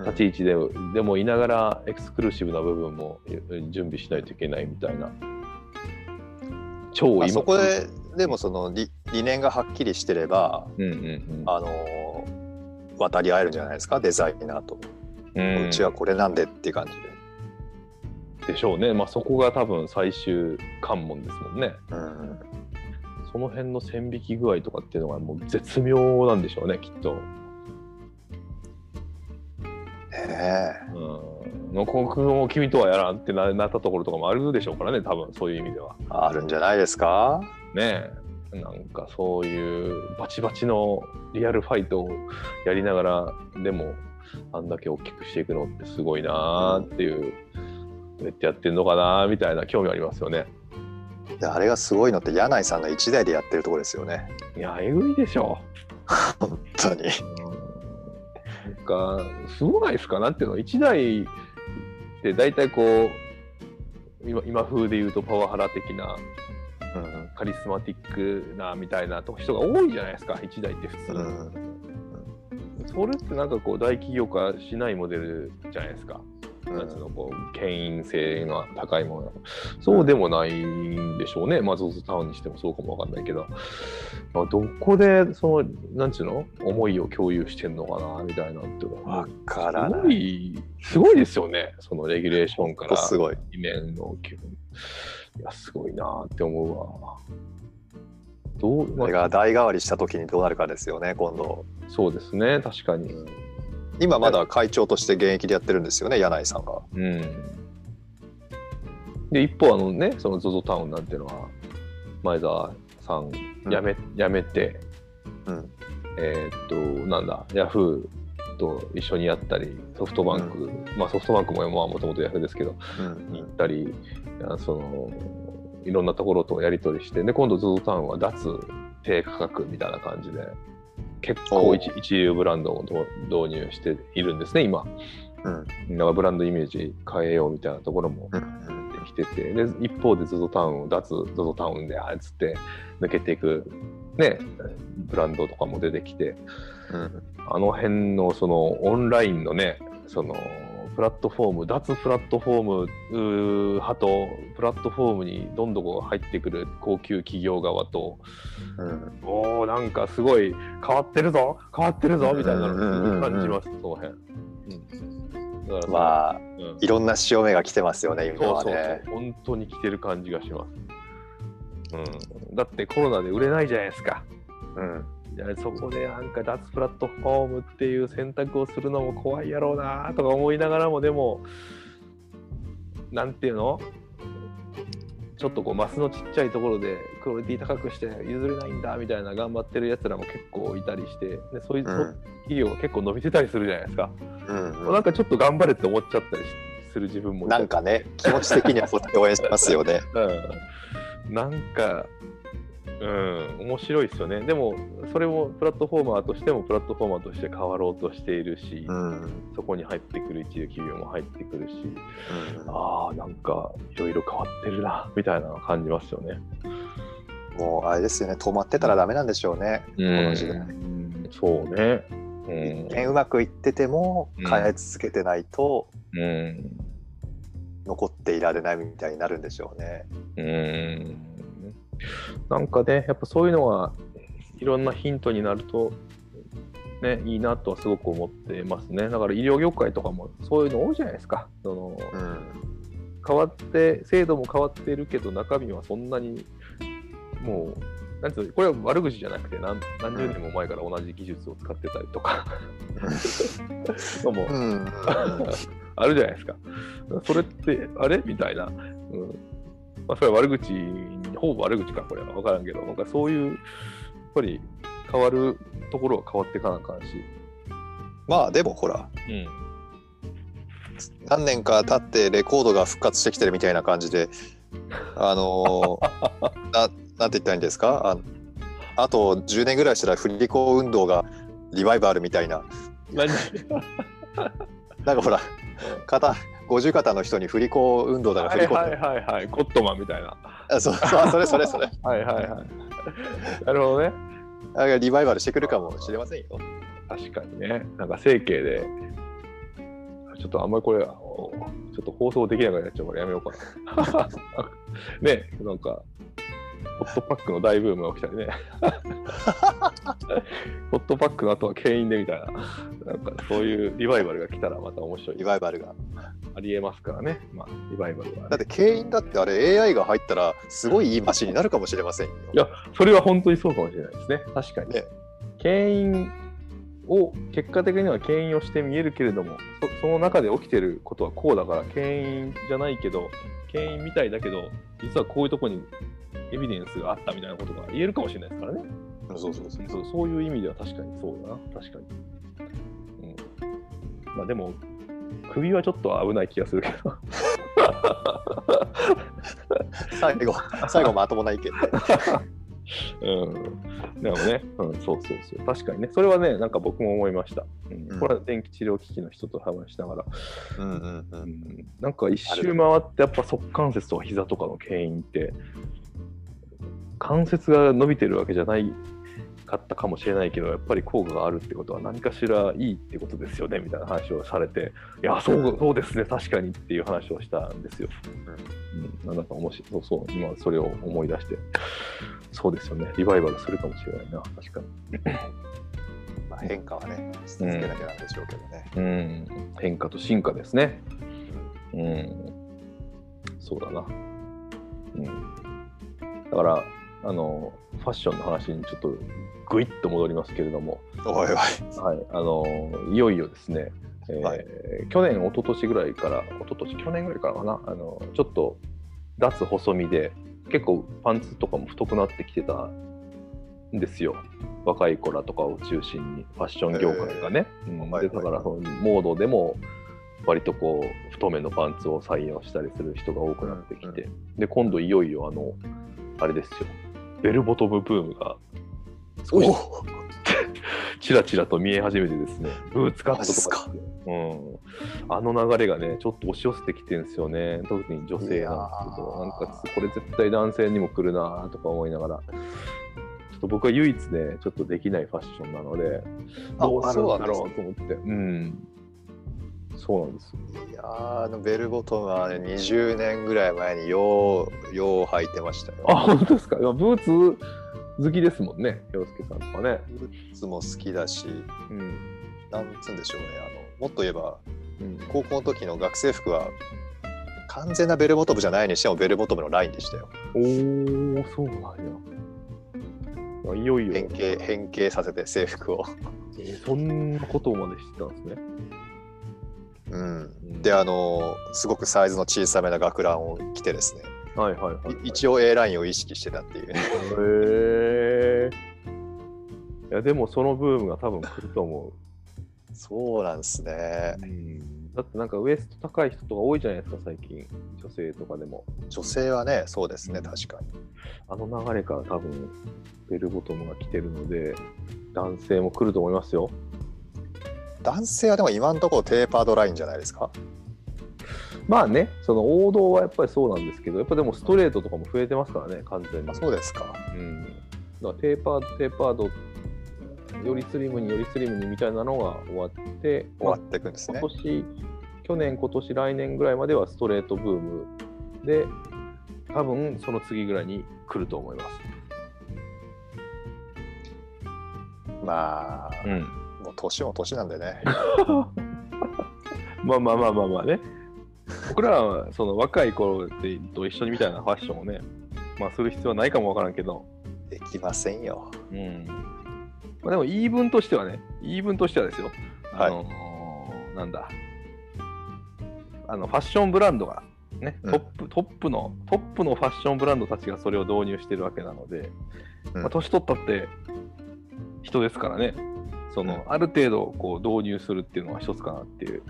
Speaker 1: 立ち位置ででもいながらエクスクルーシブな部分も準備しないといけないみたいな超
Speaker 2: あ
Speaker 1: 今
Speaker 2: そこででもその理理念がはっきりしてれば、
Speaker 1: うんうん
Speaker 2: あのー渡り合えるんじゃないですかデザイナーと、
Speaker 1: う、
Speaker 2: うんちはこれなんでっていう感じで、
Speaker 1: でしょうね、まあ、そこが多分最終関門ですもんね
Speaker 2: うん
Speaker 1: その辺の線引き具合とかっていうのがもう絶妙なんでしょうねきっと。
Speaker 2: ねえ
Speaker 1: うんの僕も君とはやらんってななったところとかもあるでしょうからね多分そういう意味では。
Speaker 2: あるんじゃないですか
Speaker 1: ねえなんかそういうバチバチのリアルファイトをやりながらでもあんだけ大きくしていくのってすごいなーっていう、どうやってやってんのかなーみたいな興味ありますよね。
Speaker 2: であれがすごいのって柳井さんが一台でやってるところですよね
Speaker 1: いやえぐいでしょ。
Speaker 2: 本当に
Speaker 1: うんなんかすごないですかなんていうの1台って大体こう今今風で言うとパワハラ的な
Speaker 2: うん
Speaker 1: カリスマティックなみたいなと人が多いじゃないですか1台って普通、
Speaker 2: うん
Speaker 1: それってなんかこう大企業化しないモデルじゃないですか、
Speaker 2: うん
Speaker 1: なんつうのこう牽引性の高いものそうでもないんでしょうねまあ ZOZO タウンにしてもそうかもわかんないけどまあどこでそのなんつうの思いを共有してんのかなみたいなっていうのは
Speaker 2: わから
Speaker 1: すご
Speaker 2: ない
Speaker 1: いすごいですよねそのレギュレーションから
Speaker 2: すごい
Speaker 1: 理念の基本いやすごいなって思うわどう、
Speaker 2: これ
Speaker 1: まあ、
Speaker 2: が代替わりした時にどうなるかですよね今度
Speaker 1: そうですね確かに
Speaker 2: 今まだ会長として現役でやってるんですよね柳井さんが
Speaker 1: うんで一方あのねその ZOZO タウンなんていうのは前澤さん
Speaker 2: うん
Speaker 1: やめ,、やめて、
Speaker 2: うん
Speaker 1: えーっとなんだヤフーと一緒にやったりソフトバンク、まあソフトバンクももともとヤフーですけど
Speaker 2: う
Speaker 1: 行っ
Speaker 2: ん
Speaker 1: たり、あそのいろんなところとやり取りしてで今度 ZOZO タウンは脱低価格みたいな感じで結構一
Speaker 2: お
Speaker 1: 一流ブランドを導導入しているんですね今
Speaker 2: うん
Speaker 1: みんながブランドイメージ変えようみたいなところも
Speaker 2: うん
Speaker 1: できててで一方で ZOZO タウンを脱 ZOZO タウンであっつって抜けていくねブランドとかも出てきて
Speaker 2: うん
Speaker 1: あの辺のそのオンラインのね、そのプラットフォーム、脱プラットフォームうー派と、プラットフォームにどんどんこう入ってくる高級企業側と、
Speaker 2: うん
Speaker 1: おー、なんかすごい変わってるぞ、変わってるぞみたいな
Speaker 2: うんうんうんう
Speaker 1: の
Speaker 2: ん
Speaker 1: を感じます、その辺。だからその
Speaker 2: まあ
Speaker 1: うん
Speaker 2: いろんな潮目が来てますよね今
Speaker 1: そう
Speaker 2: は
Speaker 1: そう
Speaker 2: ね
Speaker 1: そう、本当に来てる感じがします。うん、だってコロナで売れないじゃないですか。
Speaker 2: うん
Speaker 1: いやそこでなんか脱プラットフォームっていう選択をするのも怖いやろうなとか思いながらもでもなんていうのちょっとこうマスのちっちゃいところでクオリティ高くして譲れないんだみたいな頑張ってるやつらも結構いたりしてでそういう
Speaker 2: う
Speaker 1: そ
Speaker 2: ん
Speaker 1: 企業が結構伸びてたりするじゃないですか、
Speaker 2: うん
Speaker 1: なんかちょっと頑張れって思っちゃったりしする自分もいた
Speaker 2: なんかね気持ち的にはそっち応援しますよね
Speaker 1: うんなんか、うん、面白いですよね。でも、それもプラットフォーマーとしても、プラットフォーマーとして変わろうとしているし、
Speaker 2: うんうん
Speaker 1: そこに入ってくる一流企業も入ってくるし、ああ、なんか、いろいろ変わってるな、みたいなのを感じますよね。
Speaker 2: もうあれですよね止まってたらダメなんでしょうね
Speaker 1: こ
Speaker 2: の時代
Speaker 1: そうね。
Speaker 2: 一見うまくいってても
Speaker 1: うん
Speaker 2: 変え続けてないと
Speaker 1: うん。うん。
Speaker 2: 残っていられないみたいになるんでしょうね。
Speaker 1: うーんなんかね、やっぱそういうのがいろんなヒントになると、ね、いいなとはすごく思ってますね。だから医療業界とかもそういうの多いじゃないですか。その
Speaker 2: うん、
Speaker 1: 変わって、制度も変わってるけど、中身はそんなにもう、なんつうのこれは悪口じゃなくて何、何十年も前から同じ技術を使ってたりとか、のも
Speaker 2: うん、
Speaker 1: あるじゃないですか。それって、あれみたいな。うんまあ、それは悪口、ほぼ悪口か、これは分からんけど、なんかそういう、やっぱり変わるところは変わっていかなあかんし。
Speaker 2: まあでもほら
Speaker 1: うん。
Speaker 2: 何年か経ってレコードが復活してきてるみたいな感じであのーななんて言ったらいいんですかああと10年ぐらいしたら振り子運動がリバイバルみたいな
Speaker 1: 何 (laughs)
Speaker 2: なんかほら肩50肩の人に振り子運動だから
Speaker 1: は
Speaker 2: 振
Speaker 1: い
Speaker 2: り子、
Speaker 1: はいはいはい、コットマンみたいな。
Speaker 2: あそうそうそれそれそ (laughs) れ
Speaker 1: はいはいはい。 (laughs) なるほどね。
Speaker 2: あリバイバルしてくるかもしれませんよ。
Speaker 1: 確かにね。なんか整形で、ちょっとあんまりこれ、おちょっと放送できなくなっちゃうからやめようかな。ねなんか、ホットパックの大ブームが起きたりね。ホットパックの後は牽引でみたいな、なんかそういうリバイバルが来たらまた面白い
Speaker 2: リ。バイバルが。
Speaker 1: ありえますからね。まあ、リバイバルは、
Speaker 2: だっ
Speaker 1: ね。
Speaker 2: て、経営だってあれ AI が入ったら、すごいいいマシンになるかもしれませんよ。
Speaker 1: いや、それは本当にそうかもしれないですね。確かに。
Speaker 2: ね
Speaker 1: 牽引を、結果的には牽引をして見えるけれども、そその中で起きてることはこうだから、牽引じゃないけど、牽引みたいだけど、実はこういうとこにエビデンスがあったみたいなことが言えるかもしれないですからね。
Speaker 2: そうそうそう。
Speaker 1: そうそういう意味では確かにそうだな。確かに。うん、まあでも、首はちょっと危ない気がするけど。
Speaker 2: 最後、最後まともな意見 (laughs) で。
Speaker 1: うん、でもね、うん、そうそうそう、確かにね、それはね、なんか僕も思いました。うん
Speaker 2: うん
Speaker 1: これは電気治療機器の人と話しながら、
Speaker 2: うんうんう。
Speaker 1: うんん、なんか一周回って、やっぱ足関節とか膝とかの牽引って、関節が伸びてるわけじゃないかったかもしれないけど、やっぱり効果があるってことは、何かしらいいってことですよねみたいな話をされて、いや、そうそうですね、確かにっていう話をしたんですよ。うん、なんだか面白い、そうそう、今それを思い出して、そうですよね、リバイバルするかもしれないな、確かに。
Speaker 2: まあ、変化はね、し続けなきゃなんでしょうけどね。
Speaker 1: うん、変化と進化ですね。うん、そうだな。うん、だから、あの、ファッションの話にちょっとぐいっと戻りますけれども、
Speaker 2: おいおい。
Speaker 1: はい、あのいよいよですね、えー
Speaker 2: はい
Speaker 1: 去年、一昨年ぐらいから、一昨年去年ぐらいからかな、あのちょっと脱細身で、結構パンツとかも太くなってきてたんですよ、若い子らとかを中心に、ファッション業界がね。うん
Speaker 2: はい
Speaker 1: でだからその、モードでも割とこう太めのパンツを採用したりする人が多くなってきて、で今度いよいよあのあれですよベルボトムブームが少し
Speaker 2: お
Speaker 1: ちらちらと見え始めてですね、ブーツカット
Speaker 2: マジっ
Speaker 1: と
Speaker 2: す
Speaker 1: か
Speaker 2: か
Speaker 1: うん、あの流れがね、ちょっと押し寄せてきてるんですよね、特に女性なんですけ
Speaker 2: いや
Speaker 1: ど、
Speaker 2: ー
Speaker 1: なんかこれ絶対男性にも来るなとか思いながら、ちょっと僕は唯一ね、ちょっとできないファッションなので、
Speaker 2: あ
Speaker 1: どうなるんだ
Speaker 2: そう
Speaker 1: ろ
Speaker 2: な
Speaker 1: うんと思って、うん、そうなんですよ。
Speaker 2: いやーあのベルボトムはね、20年ぐらい前によう、よう履いてましたよ。
Speaker 1: あ、本当ですか、いやブーツ好きですもんね、洋介さんとかね。
Speaker 2: ブーツも好きだし、
Speaker 1: うん
Speaker 2: なんつうんでしょうね。あのもっと言えば、
Speaker 1: うん
Speaker 2: 高校の時の学生服は、完全なベルボトムじゃないにしてもベルボトムのラインでしたよ。
Speaker 1: おお、そうなんや。いよいよ。
Speaker 2: 変形変形させて制服を、
Speaker 1: えーそんなことまでしてたんですね。
Speaker 2: うん、であのすごくサイズの小さめな学ランを着てですね
Speaker 1: はいはいはい、
Speaker 2: い一応 A ラインを意識してたっていう
Speaker 1: へえ。いやでもそのブームが多分来ると思う。
Speaker 2: そうなんですね
Speaker 1: だってなんかウエスト高い人とか多いじゃないですか最近女性とかでも
Speaker 2: 女性はねそうですね確かに
Speaker 1: あの流れから多分ベルボトムが来てるので男性も来ると思いますよ
Speaker 2: 男性はでも今のところテーパードラインじゃないですか
Speaker 1: まあねその王道はやっぱりそうなんですけどやっぱでもストレートとかも増えてますからね完全に
Speaker 2: あそうですか
Speaker 1: うん、だからテーパードテーパードよりスリムによりスリムにみたいなのが終わって
Speaker 2: 終わっていくんですね
Speaker 1: 今年去去年、今年、来年ぐらいまではストレートブームで、多分その次ぐらいに来ると思います。
Speaker 2: まあ、
Speaker 1: うん、
Speaker 2: もう年も年なんでね。
Speaker 1: まあまあまあまあまあね。僕らはその若い頃と一緒にみたいなファッションをね、まあ、する必要はないかもわからんけど、
Speaker 2: できませんよ。
Speaker 1: うんまあ、でも言い分としてはね、言い分としてはですよ、
Speaker 2: はい
Speaker 1: あのーなんだあの、ファッションブランドが、ねト
Speaker 2: うん
Speaker 1: ップトップの、トップのファッションブランドたちがそれを導入してるわけなので、
Speaker 2: うん
Speaker 1: まあ、年取ったって人ですからね、そのある程度こう導入するっていうのは一つかなっていう、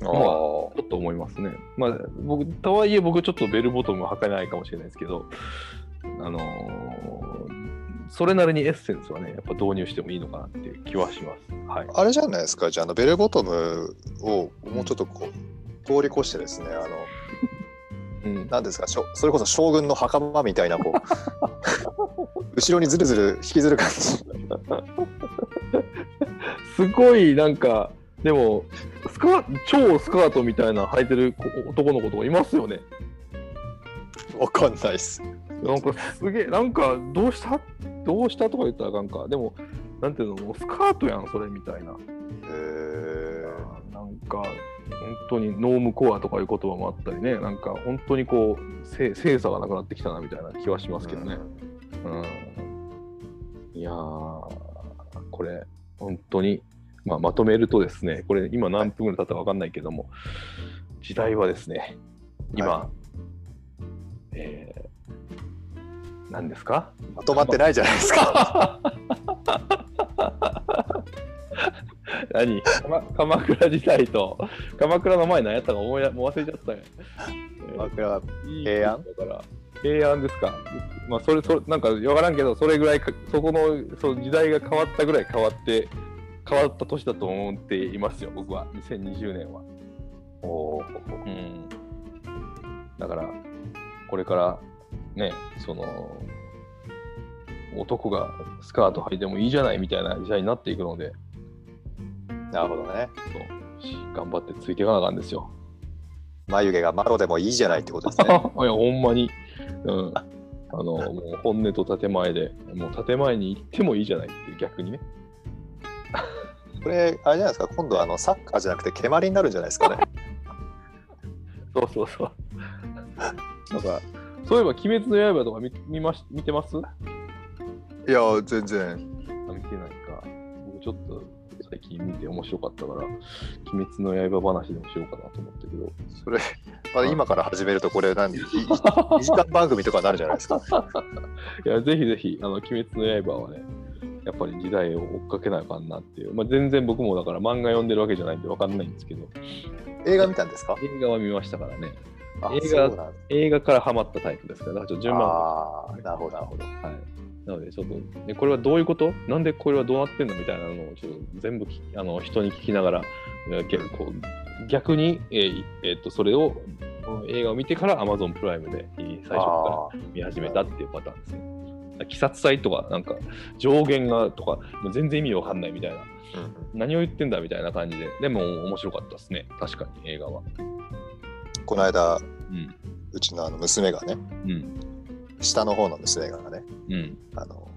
Speaker 2: も
Speaker 1: ちょっと思いますね。まあ、僕とはいえ、僕ちょっとベルボトムは履かないかもしれないですけど、あのーそれなりにエッセンスはね、やっぱ導入してもいいのかなっていう気はします。はい。
Speaker 2: あれじゃないですか、じゃああのベルボトムをもうちょっとこう、通り越してですね、あの、
Speaker 1: うん、
Speaker 2: なんですか、しょそれこそ将軍の袴みたいな、こ (laughs) う、後ろにずるずる引きずる感じ。
Speaker 1: すごい、なんか、でも、スカ超スカートみたいなの履いてる子男の子とかいますよね。
Speaker 2: わかんないです。
Speaker 1: なんかすげえ、なんか、どうしたどうしたとか言ったらあかんか。でも、なんていうの、もうスカートやん、それみたいな。
Speaker 2: えー
Speaker 1: なんか本当にノームコアとかいう言葉もあったりねなんか本当にこうせ精査がなくなってきたなみたいな気はしますけどね、うんいやーこれ本当に、まあ、まとめるとですねこれ今何分ぐらい経ったか分かんないけども時代はですね今、
Speaker 2: は
Speaker 1: えー何ですか
Speaker 2: まとまってないじゃないですか。
Speaker 1: (laughs) 何鎌鎌倉時代と鎌倉の前何やったか思い出もう忘れちゃったね、えー
Speaker 2: 枕
Speaker 1: 平
Speaker 2: 安
Speaker 1: だから平安ですかまあそれそれなんか分からんけどそれぐらいかそこのその時代が変わったぐらい変わって変わった年だと思っていますよ僕は2020年は
Speaker 2: おー
Speaker 1: うんだからこれからねその男がスカート履いてもいいじゃないみたいな時代になっていくので
Speaker 2: なるほどね。
Speaker 1: そうし頑張ってついていかなあかんですよ
Speaker 2: 眉毛がマロでもいいじゃないってことで
Speaker 1: (laughs)
Speaker 2: す
Speaker 1: い
Speaker 2: ね。
Speaker 1: やほんまに、うん、あのもう本音と建前でもう建前に行ってもいいじゃないっていう逆にね
Speaker 2: これ、あれじゃないですか、今度あのサッカーじゃなくて、蹴鞠になるんじゃないですかね。
Speaker 1: そうそうそうなんかそういえば「鬼滅の刃」とか見見まし見てますあ
Speaker 2: いや、全然。
Speaker 1: 見てないか僕ちょっと最近見て面白かったから「鬼滅の刃」話でもしようかなと思ったけど
Speaker 2: それ、まあ、今から始めると、これ何、2時間番組とかになるじゃない (laughs) ですか。
Speaker 1: いや、ぜひぜひ、あの、鬼滅の刃はね、やっぱり時代を追っかけなあかんなっていう。まあ、全然僕もだから漫画読んでるわけじゃないんでわかんないんですけど、
Speaker 2: 映画見たんですか
Speaker 1: 映画は見ましたからね。
Speaker 2: あ
Speaker 1: 映画
Speaker 2: そうなんだ
Speaker 1: 映画からハマったタイプですから、だからちょっと順番は
Speaker 2: あーなるほど、なるほど。
Speaker 1: い。なので、ちょっと、ね、これはどういうことなんでこれはどうなってんのみたいなのを、ちょっと全部きあの人に聞きながら、え結構、逆に、えーえーっと、それを、映画を見てから Amazon プライムでえー最初から
Speaker 2: あー
Speaker 1: 見始めたっていうパターンですね。鬼殺隊とか、なんか上限がとか、もう全然意味わかんないみたいな、
Speaker 2: うん
Speaker 1: 何を言ってんだみたいな感じで、でも面白かったですね、確かに映画は。
Speaker 2: この間、
Speaker 1: うん、
Speaker 2: うちのあの娘がね、
Speaker 1: うん、
Speaker 2: 下の方の娘がね、
Speaker 1: うん、
Speaker 2: あの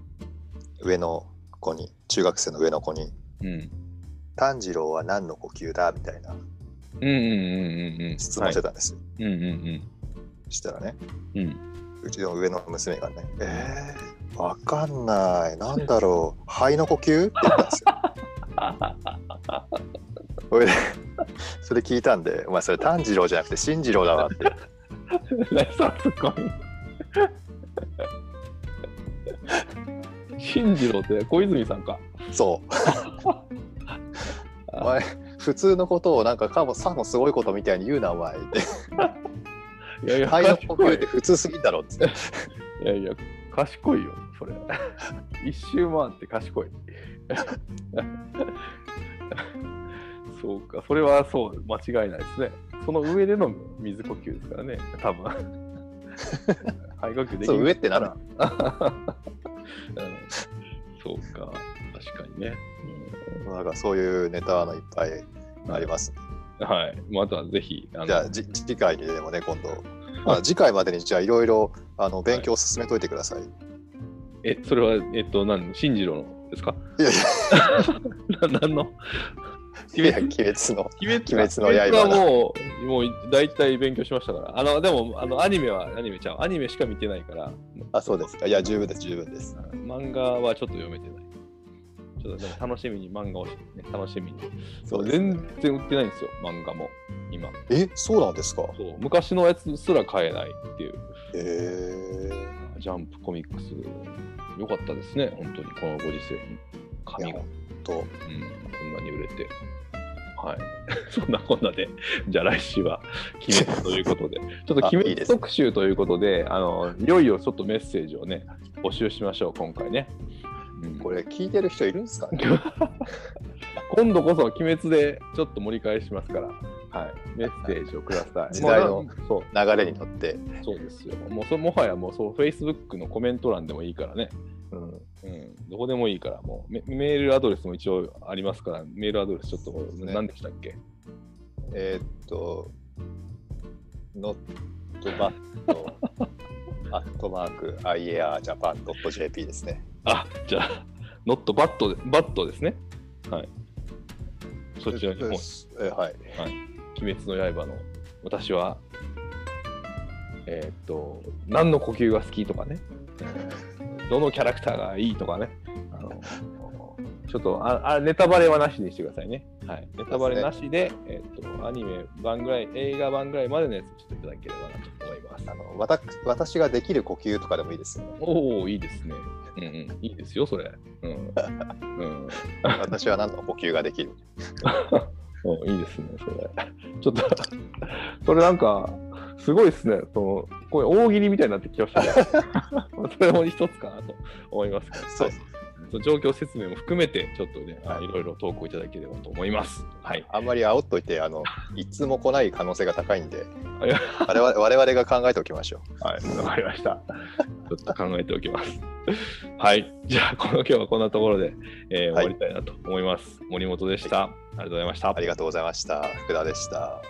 Speaker 2: 上の子に、中学生の上の子に、
Speaker 1: うん。
Speaker 2: 炭治郎は何の呼吸だみたいな
Speaker 1: うんうんうんうんうん。
Speaker 2: 質問してたんですよ。
Speaker 1: はいうんうん
Speaker 2: したらね、
Speaker 1: うん。うん。
Speaker 2: うちの上の娘がね、えー、わかんない、なんだろう、肺の呼吸って言ったんですよ。それで、それ聞いたんで、お前それ炭治郎じゃなくて新次郎だわって。
Speaker 1: 何そのツッコミ進次郎って小泉さんか。
Speaker 2: そう。 (laughs) お前、普通のことをなんかかもさもすごいことみたいに言うな、お前って。
Speaker 1: いやいや、
Speaker 2: 肺の呼
Speaker 1: 賢
Speaker 2: 吸
Speaker 1: い
Speaker 2: って普通すぎんだろっつ (laughs) って。
Speaker 1: いやいや、賢いよ、それ。 (laughs) 一周回って賢い。 (laughs) そうか、それはそう、間違いないですね。その上での水呼吸ですからね、多分。
Speaker 2: (laughs)
Speaker 1: 肺呼吸でき
Speaker 2: そう上ってなん
Speaker 1: ら
Speaker 2: だ。
Speaker 1: うんそうか、確かにね。
Speaker 2: なんかそういうネタのいっぱいあります、ね。
Speaker 1: はい。またぜひ、あ
Speaker 2: じゃあじ次回にでもね今度、まあ、次回までにじゃあいろいろあの勉強を進めといてください。い、
Speaker 1: え、それは、えっと、何、進次郎のですか
Speaker 2: や
Speaker 1: (laughs)
Speaker 2: い
Speaker 1: な何の
Speaker 2: やいや鬼滅の
Speaker 1: 鬼滅
Speaker 2: 鬼滅の刃だ
Speaker 1: はもう、もう大体勉強しましたから。あの、でも、あのアニメは、アニメちゃう。アニメしか見てないから、
Speaker 2: あそうですかいや十分です十分です。
Speaker 1: 漫画はちょっと読めてない。ちょっとでも楽しみに漫画を、ね、楽しみに。
Speaker 2: そうですね
Speaker 1: 全然売ってないんですよ、漫画も。今。
Speaker 2: えそうなんですか。
Speaker 1: そう昔のやつすら買えないっていう。
Speaker 2: へえ。
Speaker 1: ジャンプコミックス、良かったですね、本当に、このご時世に。紙が、うん、
Speaker 2: と
Speaker 1: こんなに売れて。はい。 (laughs) そんなこんなで、じゃあ来週は、鬼滅ということ
Speaker 2: (laughs)
Speaker 1: で、ちょっと
Speaker 2: あ
Speaker 1: 鬼
Speaker 2: いい
Speaker 1: 滅
Speaker 2: です
Speaker 1: 特集ということで、あの、いよいよちょっとメッセージをね、募集しましょう、今回ね。うん
Speaker 2: これ聞いてる人いるんですかね。
Speaker 1: (laughs) 今度こそ、鬼滅でちょっと盛り返しますから、はい、メッセージをください。
Speaker 2: 時代の
Speaker 1: もうなそう
Speaker 2: 流れに乗って。
Speaker 1: そうですよ。もうそもはやもうそう、Facebook のコメント欄でもいいからね。
Speaker 2: うん、
Speaker 1: うん、どこでもいいから、もうメメールアドレスも一応ありますから、メールアドレスちょっと
Speaker 2: そうですね
Speaker 1: 何でしたっけ
Speaker 2: えーっと、not (laughs) bat アットマーク IARJapan.jp ですね。
Speaker 1: あじゃあ、ノットバットバットですね。はい。そちらに、
Speaker 2: え
Speaker 1: もう
Speaker 2: えはい。
Speaker 1: 鬼滅の刃の私は、えーっと、何の呼吸が好きとかね、どのキャラクターがいいとかね、あのちょっとああネタバレはなしにしてくださいね。はい、ネタバレなしで、えーっと、アニメ版ぐらい、映画版ぐらいまでのやつちょっといただければなと思います。
Speaker 2: あのわた私ができる呼吸とかでもいいですよ
Speaker 1: (laughs)
Speaker 2: ね。
Speaker 1: おおいいですね。うんうん、いいですよ、それ。うん。うん、
Speaker 2: 私は何の呼吸ができる。
Speaker 1: おいいですね、それ。ちょっと、それなんか、すごいですね。その、これ大喜利みたいになってきま (laughs) したね。それも一つかなと思いますけど
Speaker 2: そう
Speaker 1: そう状況説明も含めて、ちょっとね、あ
Speaker 2: はい
Speaker 1: いろいろ投稿いただければと思います。はい。
Speaker 2: あんまり煽っといてあの、いつも来ない可能性が高いんで
Speaker 1: いや、
Speaker 2: 我々我々が考えておきましょう。
Speaker 1: はい、わかりました。ちょっと考えておきます。はい。じゃあ、この今日はこんなところで、えー
Speaker 2: は
Speaker 1: 終わ
Speaker 2: い
Speaker 1: りたいなと思います。森本でした。ありがとうございました。
Speaker 2: ありがとうございました。福田でした。